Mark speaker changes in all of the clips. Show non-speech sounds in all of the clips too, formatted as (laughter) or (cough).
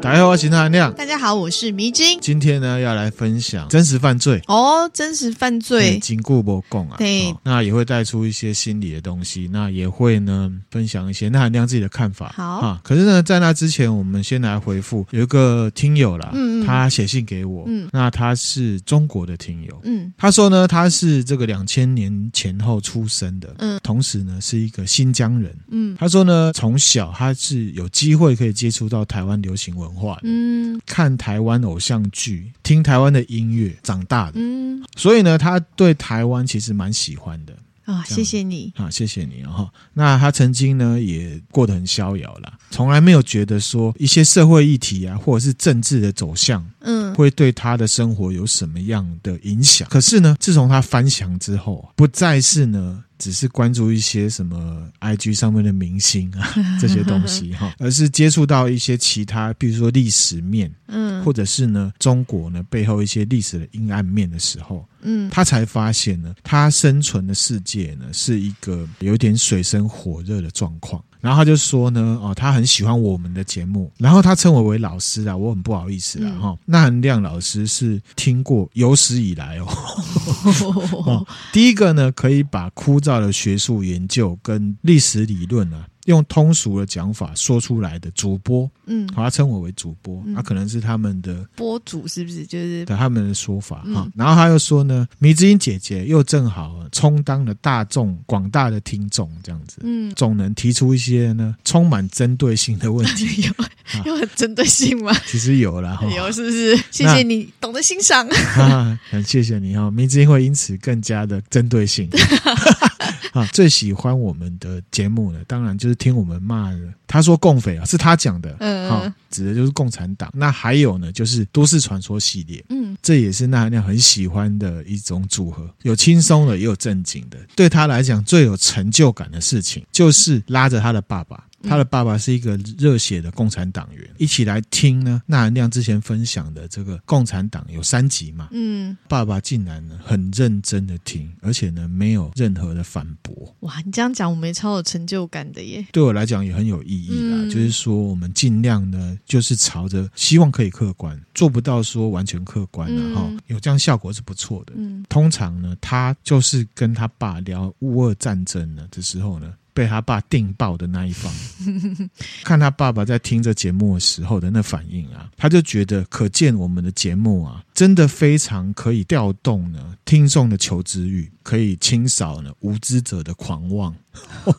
Speaker 1: 大家好，我是韩亮。
Speaker 2: 大家好，我是迷津。
Speaker 1: 今天呢，要来分享真实犯罪。
Speaker 2: 哦，真实犯罪，
Speaker 1: 紧固不供啊。
Speaker 2: 对
Speaker 1: 哦那也会带出一些心理的东西，那也会呢分享一些那含量自己的看法。
Speaker 2: 好
Speaker 1: 啊，可是呢，在那之前，我们先来回复有一个听友啦，
Speaker 2: 嗯嗯
Speaker 1: 他写信给我，
Speaker 2: 嗯
Speaker 1: 那他是中国的听友。
Speaker 2: 嗯
Speaker 1: 他说呢，他是这个两千年前后出生的，
Speaker 2: 嗯
Speaker 1: 同时呢是一个新疆人。
Speaker 2: 嗯
Speaker 1: 他说呢，从小他是有机会可以接触到台湾流行文化的，
Speaker 2: 嗯
Speaker 1: 看台湾偶像剧、听台湾的音乐长大的，
Speaker 2: 嗯
Speaker 1: 所以呢，他对台湾其实蛮喜欢的
Speaker 2: 啊，
Speaker 1: 这样
Speaker 2: 谢谢你。
Speaker 1: 啊。谢谢你哦哈、那他曾经呢也过得很逍遥啦，从来没有觉得说一些社会议题啊，或者是政治的走向
Speaker 2: 嗯
Speaker 1: 会对他的生活有什么样的影响。可是呢，自从他翻墙之后啊，不再是呢。只是关注一些什么 IG 上面的明星啊这些东西哈，而是接触到一些其他，比如说历史面
Speaker 2: 嗯
Speaker 1: 或者是呢中国呢背后一些历史的阴暗面的时候，
Speaker 2: 嗯
Speaker 1: 他才发现呢，他生存的世界呢是一个有点水深火热的状况。然后他就说呢，哦，他很喜欢我们的节目，然后他称我为老师啊，我很不好意思啊，
Speaker 2: 嗯
Speaker 1: 哈、那恒亮老师是听过有史以来哦， (laughs) 哦，第一个呢，可以把枯燥的学术研究跟历史理论啊，用通俗的讲法说出来的主播，
Speaker 2: 嗯，
Speaker 1: 好，他称我为主播，那、
Speaker 2: 嗯
Speaker 1: 可能是他们的
Speaker 2: 播主是不是就是
Speaker 1: 的他们的说法哈、
Speaker 2: 嗯
Speaker 1: 然后他又说呢，迷之音姐姐又正好充当了大众广大的听众这样子， (laughs)
Speaker 2: 嗯
Speaker 1: 总能提出一些呢充满针对性的
Speaker 2: (laughs)
Speaker 1: 问题，啊
Speaker 2: 有有很针对性吗？
Speaker 1: 其实有了哈。
Speaker 2: 有是不是？谢谢你懂得欣赏。
Speaker 1: 啊， (laughs) 很谢谢你哈、迷之音会因此更加的针对
Speaker 2: (laughs)
Speaker 1: 性。啊，最喜欢我们的节目呢，当然就是听我们骂的。他说共匪啊，是他讲的，
Speaker 2: 嗯
Speaker 1: 好、指的就是共产党。那还有呢，就是都市传说系列，
Speaker 2: 嗯
Speaker 1: 这也是那含量很喜欢的一种组合，有轻松的，也有正经的。对他来讲，最有成就感的事情就是拉着他的爸爸。
Speaker 2: 嗯
Speaker 1: 他的爸爸是一个热血的共产党员，一起来听呢。那含亮之前分享的这个共产党有三集嘛，
Speaker 2: 嗯，
Speaker 1: 爸爸竟然呢很认真的听，而且呢没有任何的反驳。
Speaker 2: 哇，你这样讲，我们也超有成就感的耶。
Speaker 1: 对我来讲也很有意义啦，
Speaker 2: 嗯
Speaker 1: 就是说我们尽量呢，就是朝着希望可以客观，做不到说完全客观
Speaker 2: 嗯
Speaker 1: 然后有这样效果是不错的。
Speaker 2: 嗯
Speaker 1: 通常呢，他就是跟他爸聊乌俄战争呢的时候呢，被他爸定爆的那一方， (laughs) 看他爸爸在听这节目的时候的那反应啊，他就觉得可见我们的节目啊，真的非常可以调动呢听众的求知欲，可以清扫呢无知者的狂妄。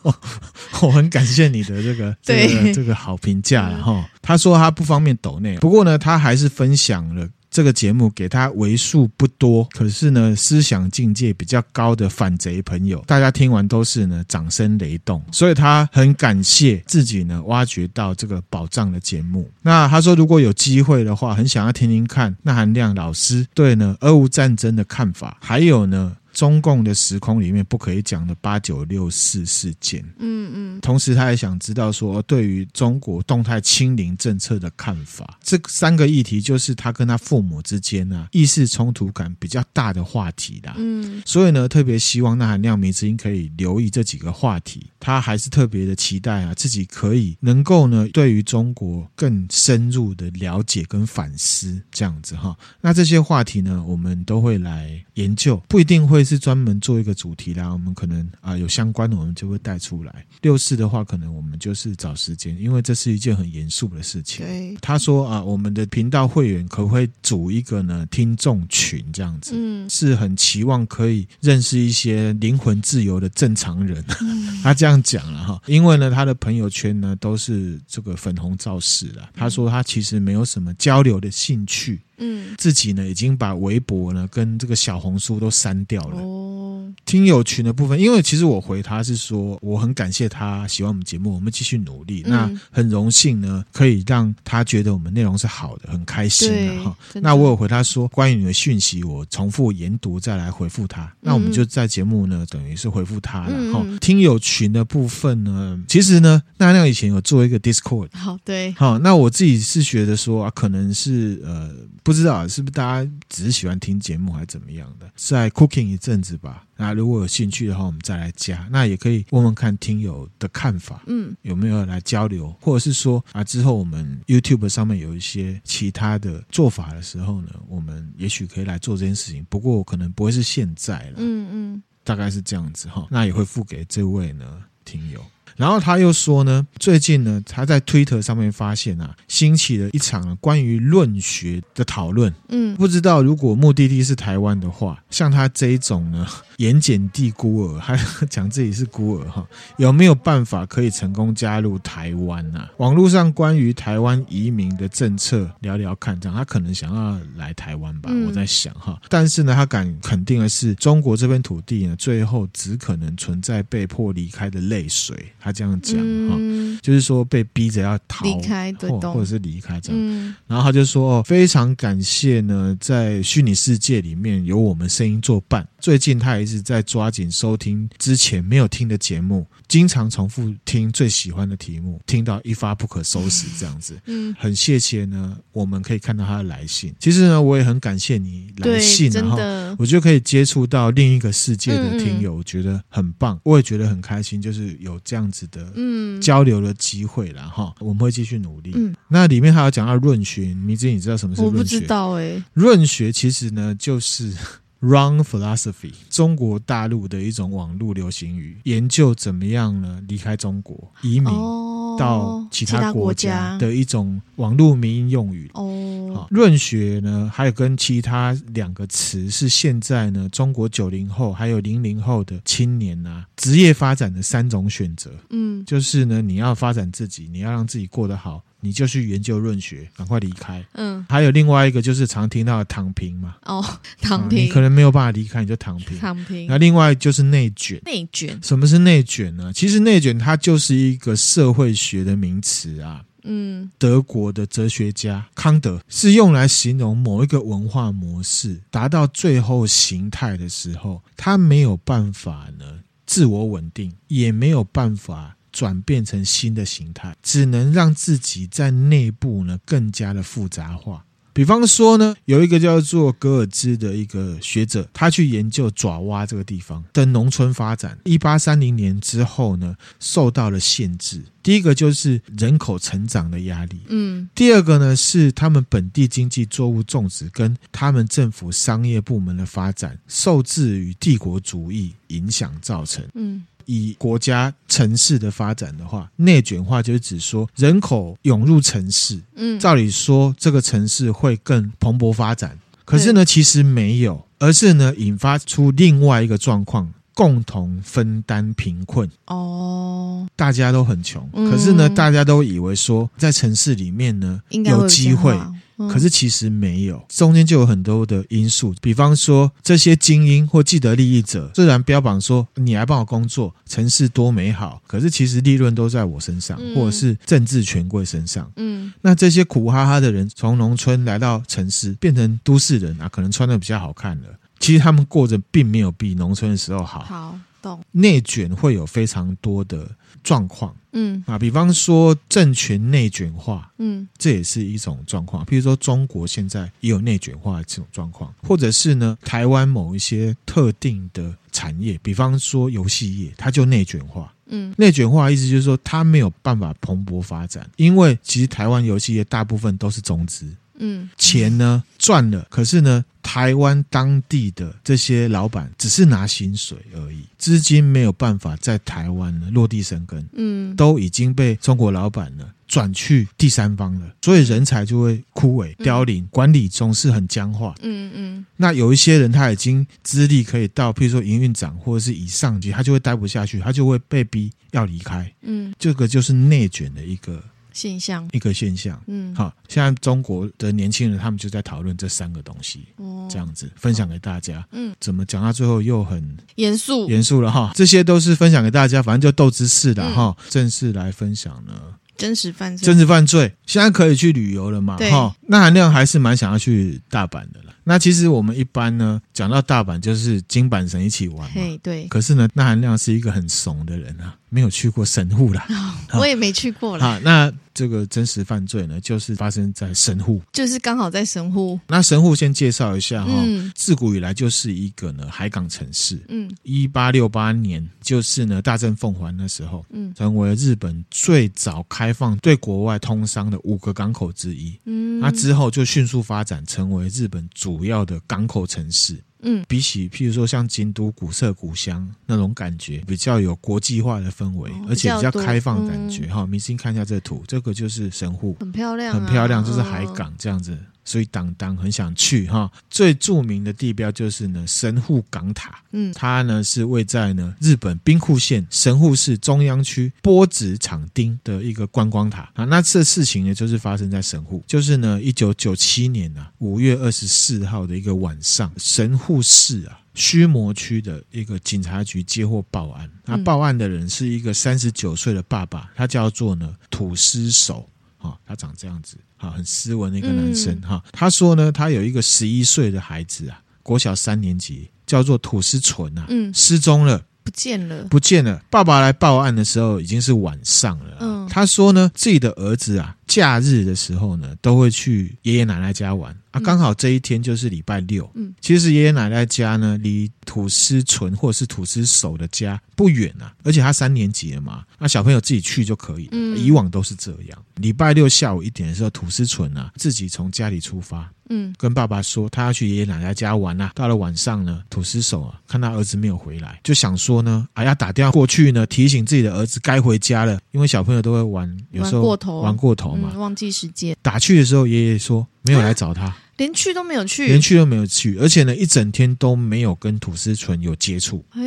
Speaker 1: (laughs) 我很感谢你的这个这
Speaker 2: 对
Speaker 1: 个这个好评价了哈。他说他不方便抖内，不过呢，他还是分享了。这个节目给他为数不多，可是呢，思想境界比较高的反贼朋友，大家听完都是呢掌声雷动，所以他很感谢自己呢挖掘到这个宝藏的节目。那他说，如果有机会的话，很想要听听看那韩亮老师对呢俄乌战争的看法，还有呢中共的时空里面不可以讲的八九六四事件。
Speaker 2: 嗯嗯
Speaker 1: 同时，他也想知道说哦对于中国动态清零政策的看法。这三个议题就是他跟他父母之间啊意识冲突感比较大的话题啦。
Speaker 2: 嗯
Speaker 1: 所以呢，特别希望那含量迷之音可以留意这几个话题。他还是特别的期待啊，自己可以能够呢，对于中国更深入的了解跟反思，这样子哈。那这些话题呢，我们都会来研究，不一定会是专门做一个主题啦。我们可能啊、有相关的，我们就会带出来。六四的话，可能我们就是找时间，因为这是一件很严肃的事情。
Speaker 2: 对，
Speaker 1: 他说啊，我们的频道会员可不可以组一个呢听众群这样子？
Speaker 2: 嗯，
Speaker 1: 是很期望可以认识一些灵魂自由的正常人，
Speaker 2: 嗯
Speaker 1: 他这样讲了哈，因为呢，他的朋友圈呢都是这个粉红造势啦。他说他其实没有什么交流的兴趣，
Speaker 2: 嗯，
Speaker 1: 自己呢已经把微博呢跟这个小红书都删掉了。
Speaker 2: 哦，
Speaker 1: 听友群的部分，因为其实我回他是说，我很感谢他喜欢我们节目，我们继续努力。
Speaker 2: 嗯
Speaker 1: 那很荣幸呢，可以让他觉得我们内容是好的，很开心
Speaker 2: 对
Speaker 1: 的哈。，
Speaker 2: 真的
Speaker 1: 那我有回他说，关于你的讯息，我重复研读再来回复他。那我们就在节目呢，等于是回复他了
Speaker 2: 嗯
Speaker 1: 哈。
Speaker 2: 嗯
Speaker 1: 听友群的部分呢，其实呢，娜娜以前有做一个 Discord。
Speaker 2: 好对，
Speaker 1: 好，那我自己是觉得说啊，可能是呃，不知道是不是大家只是喜欢听节目还是怎么样的，在 cooking 一阵子吧。那如果有兴趣的话，我们再来加。那也可以问问看听友的看法。
Speaker 2: 嗯，
Speaker 1: 有没有来交流，或者是说啊，之后我们 YouTube 上面有一些其他的做法的时候呢，我们也许可以来做这件事情。不过可能不会是现在了，
Speaker 2: 嗯嗯，
Speaker 1: 大概是这样子哈。那也会付给这位呢听友。然后他又说呢，最近呢，他在 Twitter 上面发现啊，兴起了一场关于论学的讨论。
Speaker 2: 嗯，
Speaker 1: 不知道如果目的地是台湾的话，像他这一种呢， (laughs) 盐碱地孤儿，还讲自己是孤儿哈，有没有办法可以成功加入台湾啊？网络上关于台湾移民的政策聊聊看，这样他可能想要来台湾吧，
Speaker 2: 嗯
Speaker 1: 我在想哈。但是呢，他敢肯定的是，中国这片土地呢，最后只可能存在被迫离开的泪水，他这样讲哈。
Speaker 2: 嗯
Speaker 1: 就是说被逼着要逃
Speaker 2: 离开对
Speaker 1: 或
Speaker 2: 懂
Speaker 1: 或者是离开这样，
Speaker 2: 嗯，
Speaker 1: 然后他就说：“哦，非常感谢呢，在虚拟世界里面有我们声音作伴。最近他也一直在抓紧收听之前没有听的节目，经常重复听最喜欢的题目，听到一发不可收拾这样子。
Speaker 2: 嗯，
Speaker 1: 很谢谢呢，我们可以看到他的来信。其实呢，我也很感谢你来
Speaker 2: 对，
Speaker 1: 信，然
Speaker 2: 真
Speaker 1: 后
Speaker 2: 的，
Speaker 1: 我觉得可以接触到另一个世界的
Speaker 2: 嗯嗯
Speaker 1: 听友，我觉得很棒，我也觉得很开心，就是有这样子的
Speaker 2: 嗯，
Speaker 1: 交流的机会啦，哈，我们会继续努力。
Speaker 2: 嗯
Speaker 1: 那里面还有讲到润学，迷之，你知道什么是
Speaker 2: 我不
Speaker 1: 润
Speaker 2: 知
Speaker 1: 学？
Speaker 2: 道哎，
Speaker 1: 润学其实呢就是 (laughs) Run Philosophy，中国大陆的一种网络流行语，研究怎么样呢离开中国移民
Speaker 2: 哦，
Speaker 1: 嗯到其
Speaker 2: 其
Speaker 1: 他国
Speaker 2: 国
Speaker 1: 家的一种网络民音用语。
Speaker 2: 哦
Speaker 1: 啊，，润学呢，还有跟其他两个词是现在呢中国九零后还有零零后的青年啊职业发展的三种选择。
Speaker 2: 嗯，
Speaker 1: 就是呢，你要发展自己，你要让自己过得好，你就去研究润学，赶快离开。
Speaker 2: 嗯，
Speaker 1: 还有另外一个就是常听到的躺平嘛，
Speaker 2: 哦，躺
Speaker 1: 啊你
Speaker 2: 平
Speaker 1: 可，能没有办法离开，你就躺平。
Speaker 2: 躺
Speaker 1: 那
Speaker 2: 平，
Speaker 1: 另外就是内卷。
Speaker 2: 内卷，
Speaker 1: 什么是内卷呢？其实内卷它就是一个社会学的名词啊。
Speaker 2: 嗯
Speaker 1: 德国的哲学家康德是用来形容某一个文化模式达到最后形态的时候，它没有办法呢自我稳定，也没有办法转变成新的形态，只能让自己在内部呢更加的复杂化。比方说呢，有一个叫做格尔兹的一个学者，他去研究爪哇这个地方的农村发展。一八三零年之后呢，受到了限制。第一个就是人口成长的压力，
Speaker 2: 嗯
Speaker 1: 第二个呢是他们本地经济作物种植跟他们政府商业部门的发展受制于帝国主义影响造成。
Speaker 2: 嗯
Speaker 1: 以国家城市的发展的话，内卷化就是指说人口涌入城市，
Speaker 2: 嗯，
Speaker 1: 照理说这个城市会更蓬勃发展，可是呢其实没有，而是呢引发出另外一个状况，共同分担贫困。
Speaker 2: 哦，
Speaker 1: 大家都很穷，
Speaker 2: 嗯
Speaker 1: 可是呢，大家都以为说在城市里面呢
Speaker 2: 应该
Speaker 1: 有机会
Speaker 2: 会，比较好，嗯
Speaker 1: 可是其实没有，中间就有很多的因素，比方说这些精英或既得利益者，虽然标榜说你来帮我工作，城市多美好，可是其实利润都在我身上，
Speaker 2: 嗯
Speaker 1: 或者是政治权贵身上。
Speaker 2: 嗯
Speaker 1: 那这些苦哈哈的人从农村来到城市，变成都市人啊，可能穿的比较好看了。其实他们过着并没有比农村的时候好，
Speaker 2: 好懂，
Speaker 1: 内卷会有非常多的状况。
Speaker 2: 嗯
Speaker 1: 啊，比方说政权内卷化，
Speaker 2: 嗯
Speaker 1: 这也是一种状况。譬如说，中国现在也有内卷化的这种状况，或者是呢，台湾某一些特定的产业，比方说游戏业，它就内卷化。
Speaker 2: 嗯
Speaker 1: 内卷化的意思就是说，它没有办法蓬勃发展，因为其实台湾游戏业大部分都是中资，
Speaker 2: 嗯
Speaker 1: 钱呢赚了，可是呢，台湾当地的这些老板只是拿薪水而已，资金没有办法在台湾呢落地生根，
Speaker 2: 嗯，
Speaker 1: 都已经被中国老板呢转去第三方了，所以人才就会枯萎凋零，管理总是很僵化。
Speaker 2: 嗯嗯
Speaker 1: 那有一些人他已经资历可以到，譬如说营运长或者是以上级，他就会待不下去，他就会被逼要离开。
Speaker 2: 嗯，
Speaker 1: 这个就是内卷的一个
Speaker 2: 现象，
Speaker 1: 一个现象。
Speaker 2: 嗯，
Speaker 1: 好，现在中国的年轻人他们就在讨论这三个东西，
Speaker 2: 哦，
Speaker 1: 这样子分享给大家。
Speaker 2: 嗯，
Speaker 1: 怎么讲到最后又很
Speaker 2: 严肃，
Speaker 1: 严肃了哈？这些都是分享给大家，反正就斗知识的
Speaker 2: 嗯
Speaker 1: 哈。正式来分享呢，
Speaker 2: 真实犯罪，
Speaker 1: 政治犯罪现在可以去旅游了嘛？
Speaker 2: 对
Speaker 1: 哈，那含量还是蛮想要去大阪的啦。那其实我们一般呢讲到大阪就是金板神一起玩嘛。
Speaker 2: 嘿，对，
Speaker 1: 可是呢，那含量是一个很怂的人啊，没有去过神户啦。好
Speaker 2: 我也没去过了，
Speaker 1: 好，那这个真实犯罪呢，就是发生在神户。
Speaker 2: 就是刚好在神户，
Speaker 1: 那神户先介绍一下哈、
Speaker 2: 嗯
Speaker 1: 自古以来就是一个呢海港城市。
Speaker 2: 嗯
Speaker 1: 一八六八年，就是呢大正奉还那时候，
Speaker 2: 嗯
Speaker 1: 成为日本最早开放对国外通商的五个港口之一。
Speaker 2: 嗯，
Speaker 1: 那之后就迅速发展成为日本主要的港口城市。
Speaker 2: 嗯
Speaker 1: 比起譬如说像京都古色古香那种感觉，比较有国际化的氛围，
Speaker 2: 哦
Speaker 1: 而且比较
Speaker 2: 比较多嗯
Speaker 1: 开放的感觉。哈、明星看一下这图，这个就是神户。
Speaker 2: 很漂亮啊，
Speaker 1: 很漂亮，就是海
Speaker 2: 嗯，
Speaker 1: 港这样子，所以当当很想去哈。最著名的地标就是呢神户港塔，
Speaker 2: 嗯
Speaker 1: 它呢是位在呢日本兵库县神户市中央区波子场町的一个观光塔啊。那这事情呢就是发生在神户，就是呢一九九七年啊五月二十四号的一个晚上，神户市啊。须磨区的一个警察局接获报案，那
Speaker 2: 嗯
Speaker 1: 报案的人是一个三十九岁的爸爸，他叫做呢土司守，啊、他长这样子，啊、很斯文的一个男生哈、他说呢，他有一个十一岁的孩子啊，国小三年级，叫做土司纯啊，
Speaker 2: 嗯
Speaker 1: 失踪了，
Speaker 2: 不见了，
Speaker 1: 不见了。爸爸来报案的时候已经是晚上了啊、
Speaker 2: 嗯
Speaker 1: 他说呢，自己的儿子啊，假日的时候呢，都会去爷爷奶奶家玩啊，
Speaker 2: 嗯
Speaker 1: 刚好这一天就是礼拜六。
Speaker 2: 嗯，
Speaker 1: 其实爷爷奶奶家呢，离土司纯或是土司守的家不远啊，而且他三年级了嘛，那小朋友自己去就可以了。
Speaker 2: 嗯
Speaker 1: 以往都是这样，礼拜六下午一点的时候，土司纯啊自己从家里出发，
Speaker 2: 嗯
Speaker 1: 跟爸爸说他要去爷爷奶奶家玩啦、到了晚上呢，土司手啊看他儿子没有回来，就想说呢，哎呀打电话过去呢，提醒自己的儿子该回家了，因为小朋友都会玩，有时候
Speaker 2: 玩过头
Speaker 1: 玩过头嘛。
Speaker 2: 嗯，忘记时间，
Speaker 1: 打去的时候，爷爷说没有来找他，
Speaker 2: 连去都没有
Speaker 1: 连
Speaker 2: 去，
Speaker 1: 去都没有去，而且呢一整天都没有跟土司纯有接触，
Speaker 2: 哎，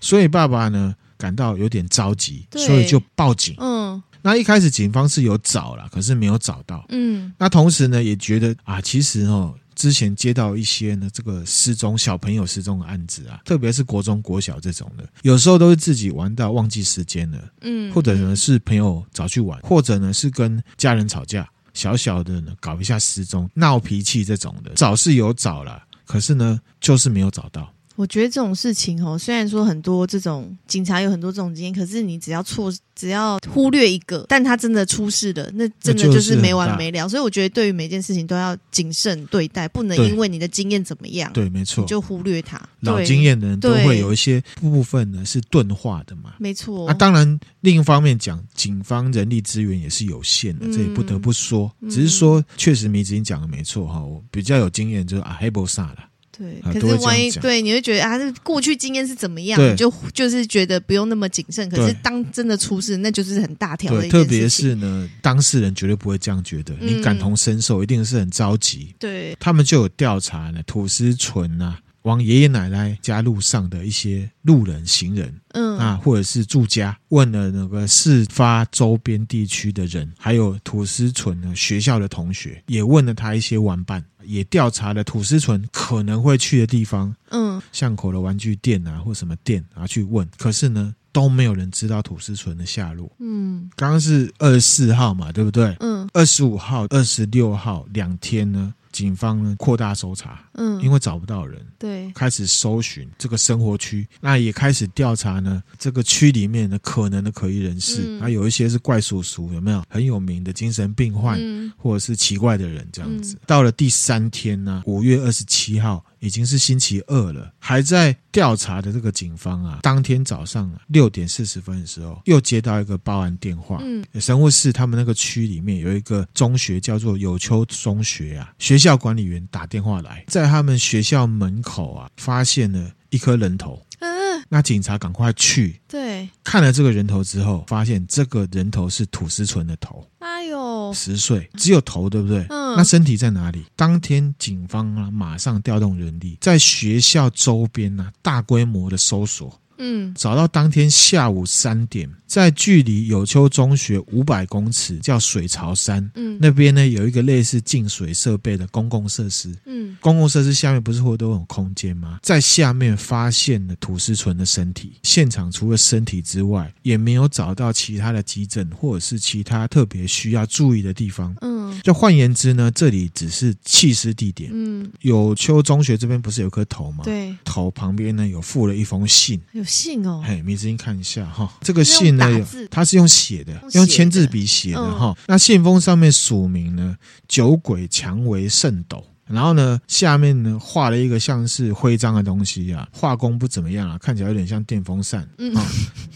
Speaker 1: 所以爸爸呢感到有点着急，
Speaker 2: 对
Speaker 1: 所以就报警。
Speaker 2: 嗯
Speaker 1: 那一开始警方是有找了，可是没有找到。
Speaker 2: 嗯
Speaker 1: 那同时呢，也觉得啊，其实哦，之前接到一些呢这个失踪小朋友失踪的案子啊，特别是国中、国小这种的，有时候都是自己玩到忘记时间了，
Speaker 2: 嗯，
Speaker 1: 或者呢是朋友找去玩，或者呢是跟家人吵架，小小的呢搞一下失踪、闹脾气这种的，找是有找啦，可是呢就是没有找到。
Speaker 2: 我觉得这种事情哦，虽然说很多这种警察有很多这种经验，可是你只要错，只要忽略一个，但他真的出事了，那真
Speaker 1: 那
Speaker 2: 的
Speaker 1: 就
Speaker 2: 就是是
Speaker 1: 很
Speaker 2: 没完
Speaker 1: 大
Speaker 2: 没了。所以我觉得对于每件事情都要谨慎对待，不能
Speaker 1: 对
Speaker 2: 因为你的经验怎么样，
Speaker 1: 对，没错
Speaker 2: 你，嗯就忽略它。
Speaker 1: 老
Speaker 2: 对
Speaker 1: 经，验的人都
Speaker 2: 对
Speaker 1: 会有一些部分呢是钝化的嘛。
Speaker 2: 没错。
Speaker 1: 那、啊当然，另一方面讲，警方人力资源也是有限的，
Speaker 2: 嗯
Speaker 1: 这也不得不说。
Speaker 2: 嗯
Speaker 1: 只是说，确实米子英讲的没错哈，我比较有经验，就是啊黑博萨了。
Speaker 2: 对，
Speaker 1: 啊
Speaker 2: 可
Speaker 1: 都会
Speaker 2: 是
Speaker 1: 这
Speaker 2: 万
Speaker 1: 样
Speaker 2: 一
Speaker 1: 讲
Speaker 2: 对，你会觉得啊，这过去经验是怎么样，
Speaker 1: 对
Speaker 2: 你就就是觉得不用那么谨慎。可是
Speaker 1: 对
Speaker 2: 当真的出事，那就是很大条的
Speaker 1: 对，
Speaker 2: 一
Speaker 1: 特
Speaker 2: 件
Speaker 1: 别
Speaker 2: 事情。
Speaker 1: 是呢，当事人绝对不会这样觉得，
Speaker 2: 嗯
Speaker 1: 你感同身受，一定是很着急。
Speaker 2: 对，
Speaker 1: 他们就有调查呢，土司纯啊，往爷爷奶奶家路上的一些路人、行人，
Speaker 2: 嗯，
Speaker 1: 啊，或者是住家，问了那个事发周边地区的人，还有土司村呢学校的同学，也问了他一些玩伴，也调查了土司村可能会去的地方，
Speaker 2: 嗯，
Speaker 1: 巷口的玩具店啊或什么店啊去问，可是呢都没有人知道土司村的下落。
Speaker 2: 嗯，
Speaker 1: 刚刚是二十四号嘛，对不对？
Speaker 2: 嗯，
Speaker 1: 二十五号、二十六号两天呢，警方呢扩大搜查，
Speaker 2: 嗯，
Speaker 1: 因为找不到人。
Speaker 2: 对，
Speaker 1: 开始搜寻这个生活区，那也开始调查呢这个区里面的可能的可疑人士，
Speaker 2: 嗯
Speaker 1: 那、有一些是怪叔叔，有没有很有名的精神病患、
Speaker 2: 嗯
Speaker 1: 或者是奇怪的人这样子。到了第三天呢、五月二十七号，已经是星期二了，还在调查的这个警方啊，当天早上六、点四十分的时候，又接到一个报案电话。
Speaker 2: 嗯，
Speaker 1: 神户市他们那个区里面有一个中学叫做有丘中学啊，学校管理员打电话来，在他们学校门口啊，发现了一颗人头。
Speaker 2: 嗯，
Speaker 1: 那警察赶快去
Speaker 2: 对，
Speaker 1: 看了这个人头之后，发现这个人头是土司纯的头，
Speaker 2: 哎呦，
Speaker 1: 十岁，只有头，对不对？
Speaker 2: 嗯
Speaker 1: 那身体在哪里？当天警方啊，马上调动人力，在学校周边呢、啊、大规模的搜索，
Speaker 2: 嗯
Speaker 1: 找到当天下午三点，在距离有丘中学五百公尺叫水槽山
Speaker 2: 嗯
Speaker 1: 那边呢，有一个类似净水设备的公共设施。
Speaker 2: 嗯，
Speaker 1: 公共设施下面不是会都有空间吗？在下面发现了土司纯的身体，现场除了身体之外，也没有找到其他的急诊或者是其他特别需要注意的地方。
Speaker 2: 嗯
Speaker 1: 就换言之呢，这里只是弃尸地点。
Speaker 2: 嗯，
Speaker 1: 有丘中学这边不是有颗头吗？，
Speaker 2: 对，
Speaker 1: 头旁边呢有附了一封信。
Speaker 2: 有信哦，
Speaker 1: 嘿，米子英看一下哈，这个信呢，
Speaker 2: 是用
Speaker 1: 有
Speaker 2: 打字
Speaker 1: 它是用写的，
Speaker 2: 用
Speaker 1: 用
Speaker 2: 写
Speaker 1: 签字
Speaker 2: 的
Speaker 1: 笔写的
Speaker 2: 嗯
Speaker 1: 哈。那信封上面署名呢，酒鬼蔷薇圣斗。然后呢，下面呢画了一个像是徽章的东西啊，画工不怎么样啊，看起来有点像电风扇。
Speaker 2: 嗯
Speaker 1: 哦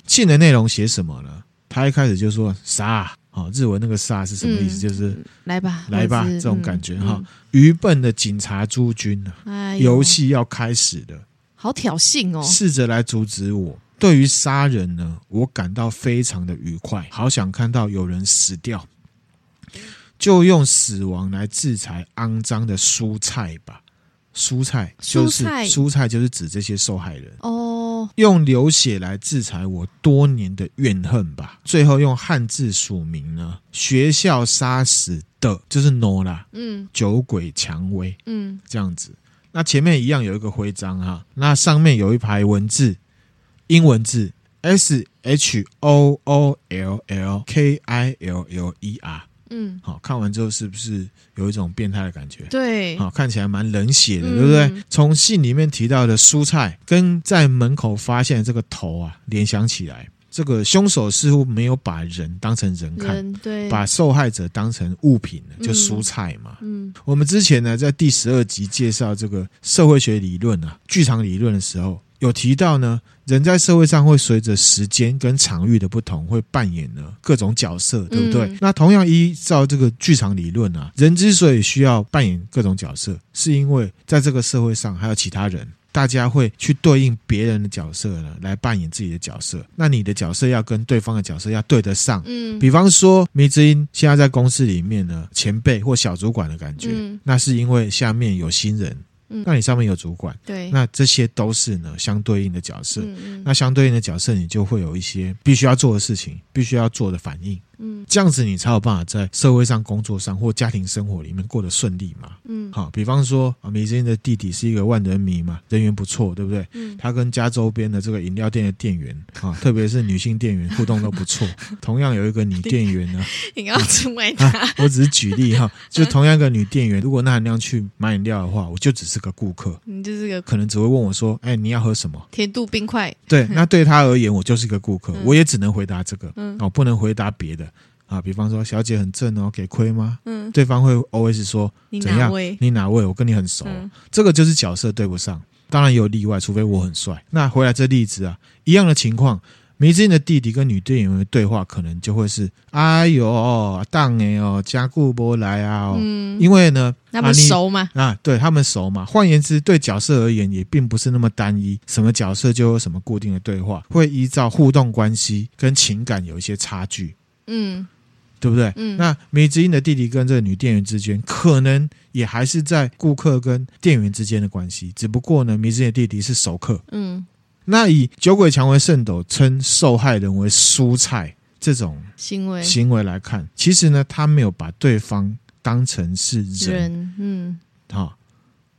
Speaker 1: 信的内容写什么呢？他一开始就说“杀”，哦，日文那个“杀”是什么意思？
Speaker 2: 嗯
Speaker 1: 就是
Speaker 2: 来吧，
Speaker 1: 来吧
Speaker 2: 或者是
Speaker 1: 这种感觉哈，愚笨的警察诸君啊，
Speaker 2: 嗯哎呦
Speaker 1: 游戏要开始了。
Speaker 2: 好挑衅哦，
Speaker 1: 试着来阻止我。对于杀人呢，我感到非常的愉快，好想看到有人死掉，就用死亡来制裁肮脏的蔬菜吧。蔬菜就是
Speaker 2: 蔬菜
Speaker 1: 蔬菜就是指这些受害人，
Speaker 2: 哦，
Speaker 1: 用流血来制裁我多年的怨恨吧。最后用汉字署名呢，学校杀死的就是 no 啦，
Speaker 2: 嗯
Speaker 1: 酒鬼蔷薇。
Speaker 2: 嗯
Speaker 1: 这样子。那前面一样有一个徽章哈、那上面有一排文字，英文字 S H O O L L K I L L E R。
Speaker 2: 嗯，
Speaker 1: 好，看完之后是不是有一种变态的感觉？
Speaker 2: 对，
Speaker 1: 好，看起来蛮冷血的，
Speaker 2: 嗯
Speaker 1: 对不对？从信里面提到的蔬菜，跟在门口发现的这个头啊，联想起来，这个凶手似乎没有把人当成人看，
Speaker 2: 人对，
Speaker 1: 把受害者当成物品了，就
Speaker 2: 嗯
Speaker 1: 蔬菜嘛。
Speaker 2: 嗯
Speaker 1: 我们之前呢，在第十二集介绍这个社会学理论啊、剧场理论的时候，有提到呢，人在社会上会随着时间跟场域的不同，会扮演呢各种角色，对不对？
Speaker 2: 嗯
Speaker 1: 那同样依照这个剧场理论啊，人之所以需要扮演各种角色，是因为在这个社会上还有其他人。大家会去对应别人的角色呢，来扮演自己的角色。那你的角色要跟对方的角色要对得上，
Speaker 2: 嗯，
Speaker 1: 比方说，迷之音现在在公司里面呢，前辈或小主管的感觉，
Speaker 2: 嗯
Speaker 1: 那是因为下面有新人，
Speaker 2: 嗯
Speaker 1: 那你上面有主管，
Speaker 2: 对，
Speaker 1: 那这些都是呢相对应的角色。
Speaker 2: 嗯嗯
Speaker 1: 那相对应的角色，你就会有一些必须要做的事情，必须要做的反应，
Speaker 2: 嗯
Speaker 1: 这样子你才有办法在社会上、工作上或家庭生活里面过得顺利嘛。
Speaker 2: 嗯
Speaker 1: 好，比方说，啊，迷之音的弟弟是一个万人迷嘛，人缘不错，对不对？
Speaker 2: 嗯
Speaker 1: 他跟家周边的这个饮料店的店员啊，特别是女性店员互动都不
Speaker 2: (laughs)
Speaker 1: 错。同样有一个女店员呢，
Speaker 2: 你要成为
Speaker 1: (laughs)
Speaker 2: 他，
Speaker 1: 啊，我只是举例哈，就同样一个女店员，如果那含量去买饮料的话，我就只是个顾客，
Speaker 2: 你就是个
Speaker 1: 可能只会问我说：“哎，你要喝什么
Speaker 2: 甜度冰块，？” (laughs)
Speaker 1: 对，那对她而言，我就是个顾客
Speaker 2: 嗯，
Speaker 1: 我也只能回答这个，
Speaker 2: 嗯
Speaker 1: 哦，不能回答别的啊。比方说，小姐很正哦，给亏吗？
Speaker 2: 嗯，
Speaker 1: 对方会 always 说
Speaker 2: 你
Speaker 1: 怎
Speaker 2: 哪
Speaker 1: 样
Speaker 2: 位？？
Speaker 1: 你哪位？我跟你很熟，
Speaker 2: 嗯
Speaker 1: 这个就是角色对不上。当然也有例外，除非我很帅。那回来这例子啊，一样的情况，迷之音的弟弟跟女店员的对话，可能就会是：“哎呦，当哎哦，加固波来啊、哦。
Speaker 2: 嗯，
Speaker 1: 因为呢，
Speaker 2: 那么
Speaker 1: 啊你
Speaker 2: 熟嘛，
Speaker 1: 啊，对他们熟嘛。换言之，对角色而言也并不是那么单一，什么角色就有什么固定的对话，会依照互动关系跟情感有一些差距。
Speaker 2: 嗯
Speaker 1: 对不对？
Speaker 2: 嗯
Speaker 1: 那梅子英的弟弟跟这个女店员之间，可能也还是在顾客跟店员之间的关系，只不过呢，梅子英的弟弟是熟客。
Speaker 2: 嗯，
Speaker 1: 那以酒鬼蔷薇圣斗称受害人为蔬菜这种
Speaker 2: 行为
Speaker 1: 行为来看，其实呢，他没有把对方当成是人，
Speaker 2: 人，嗯
Speaker 1: 哈、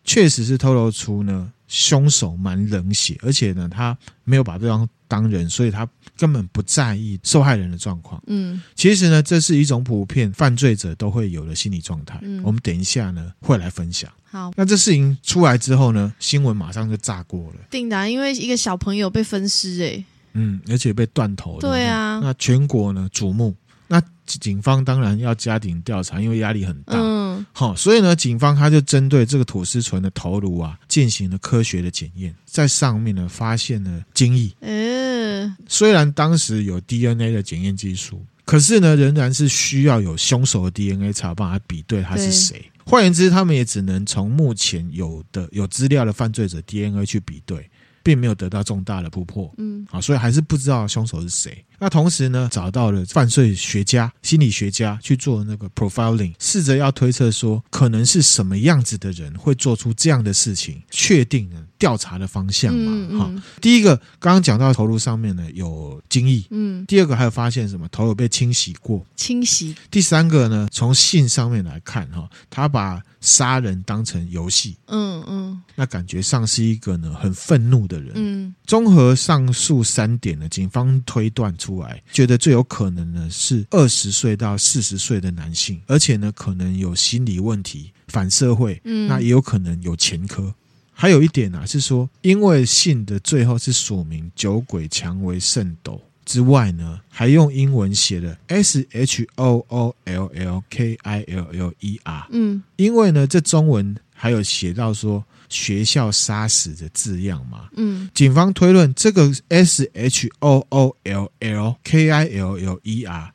Speaker 1: 确实是透露出呢，凶手蛮冷血，而且呢，他没有把对方当人，所以他根本不在意受害人的状况。
Speaker 2: 嗯
Speaker 1: 其实呢，这是一种普遍犯罪者都会有的心理状态。
Speaker 2: 嗯
Speaker 1: 我们等一下呢会来分享。
Speaker 2: 好。
Speaker 1: 那这事情出来之后呢，新闻马上就炸锅了。
Speaker 2: 定的啊、因为一个小朋友被分尸、欸，
Speaker 1: 嗯，而且被断头了。
Speaker 2: 对啊
Speaker 1: 那全国呢瞩目。那警方当然要加紧调查，因为压力很大。
Speaker 2: 嗯嗯，
Speaker 1: 好、所以呢，警方他就针对这个土司醇的头颅啊，进行了科学的检验，在上面呢发现了精液。
Speaker 2: 呃，
Speaker 1: 虽然当时有 DNA 的检验技术，可是呢，仍然是需要有凶手的 DNA 才有办法比对他是谁。换言之，他们也只能从目前有的有资料的犯罪者 DNA 去比对，并没有得到重大的突破。
Speaker 2: 嗯，
Speaker 1: 啊，所以还是不知道凶手是谁。那同时呢，找到了犯罪学家、心理学家去做那个 profiling，试着要推测说，可能是什么样子的人会做出这样的事情，确定呢调查的方向嘛。哈、
Speaker 2: 嗯
Speaker 1: 第一个刚刚讲到头颅上面呢有精液，
Speaker 2: 嗯，
Speaker 1: 第二个还有发现什么头有被清洗过，
Speaker 2: 清洗，
Speaker 1: 第三个呢从性上面来看哈、他把杀人当成游戏，
Speaker 2: 嗯嗯
Speaker 1: 那感觉上是一个呢很愤怒的人。
Speaker 2: 嗯
Speaker 1: 综合上述三点呢，警方推断出来，觉得最有可能呢是二十岁到四十岁的男性，而且呢可能有心理问题、反社会，
Speaker 2: 嗯，
Speaker 1: 那也有可能有前科。还有一点呢、啊、是说，因为信的最后是署名酒鬼蔷薇圣斗之外呢，还用英文写了 S H O O L L K I L L E R，
Speaker 2: 嗯
Speaker 1: 因为呢这中文还有写到说学校杀死的字样嘛，
Speaker 2: 嗯
Speaker 1: 警方推论，这个 S H O O L L K I L L E R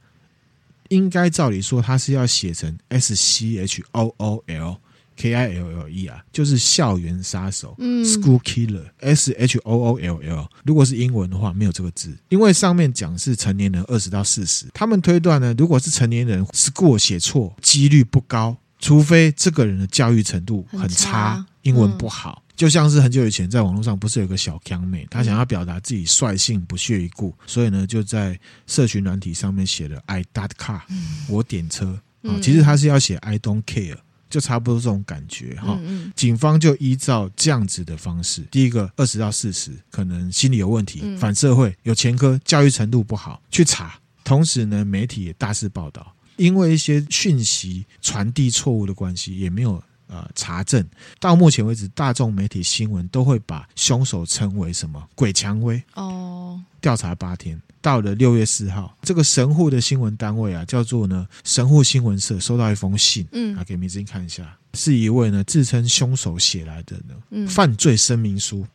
Speaker 1: 应该照理说，它是要写成 S C H O O L K I L L E R，就是校园杀手。
Speaker 2: 嗯
Speaker 1: School Killer S H O O L L，如果是英文的话，没有这个字，因为上面讲是成年人二十到四十，他们推断呢，如果是成年人 school 写错，几率不高，除非这个人的教育程度很
Speaker 2: 很
Speaker 1: 差，
Speaker 2: 差
Speaker 1: 英文
Speaker 2: 嗯
Speaker 1: 不好。就像是很久以前在网络上不是有个小康妹，她想要表达自己率性不屑一顾，所以呢就在社群软体上面写了 I dot car，我点车啊、
Speaker 2: 嗯
Speaker 1: 其实她是要写 I don't care，就差不多这种感觉哈。
Speaker 2: 嗯
Speaker 1: 警方就依照这样子的方式，第一个二十到四十，可能心理有问题、
Speaker 2: 嗯
Speaker 1: 反社会、有前科、教育程度不好，去查。同时呢，媒体也大肆报道，因为一些讯息传递错误的关系，也没有呃查证。到目前为止，大众媒体新闻都会把凶手称为什么“鬼蔷薇”，
Speaker 2: 哦，
Speaker 1: 调查八天，到了六月四号，这个神户的新闻单位啊，叫做呢神户新闻社，收到一封信，
Speaker 2: 嗯
Speaker 1: 啊，给明星看一下，是一位呢自称凶手写来的呢
Speaker 2: 嗯，
Speaker 1: 犯罪声明书，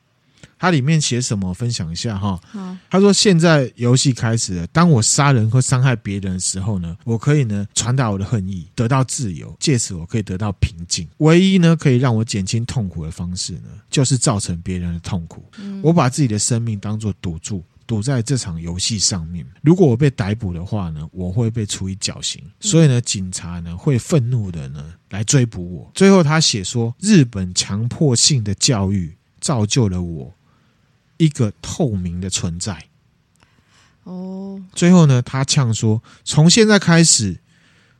Speaker 1: 它里面写什么？分享一下哈。
Speaker 2: 好，
Speaker 1: 他说：“现在游戏开始了，当我杀人或伤害别人的时候呢，我可以呢传达我的恨意，得到自由，借此我可以得到平静。唯一呢可以让我减轻痛苦的方式呢，就是造成别人的痛苦。
Speaker 2: 嗯
Speaker 1: 我把自己的生命当作赌注，赌在这场游戏上面。如果我被逮捕的话呢，我会被处以绞刑。所以呢，警察呢会愤怒的呢来追捕我。最后他写说，日本强迫性的教育造就了我一个透明的存在。
Speaker 2: 哦，
Speaker 1: 最后呢，他呛说：“从现在开始，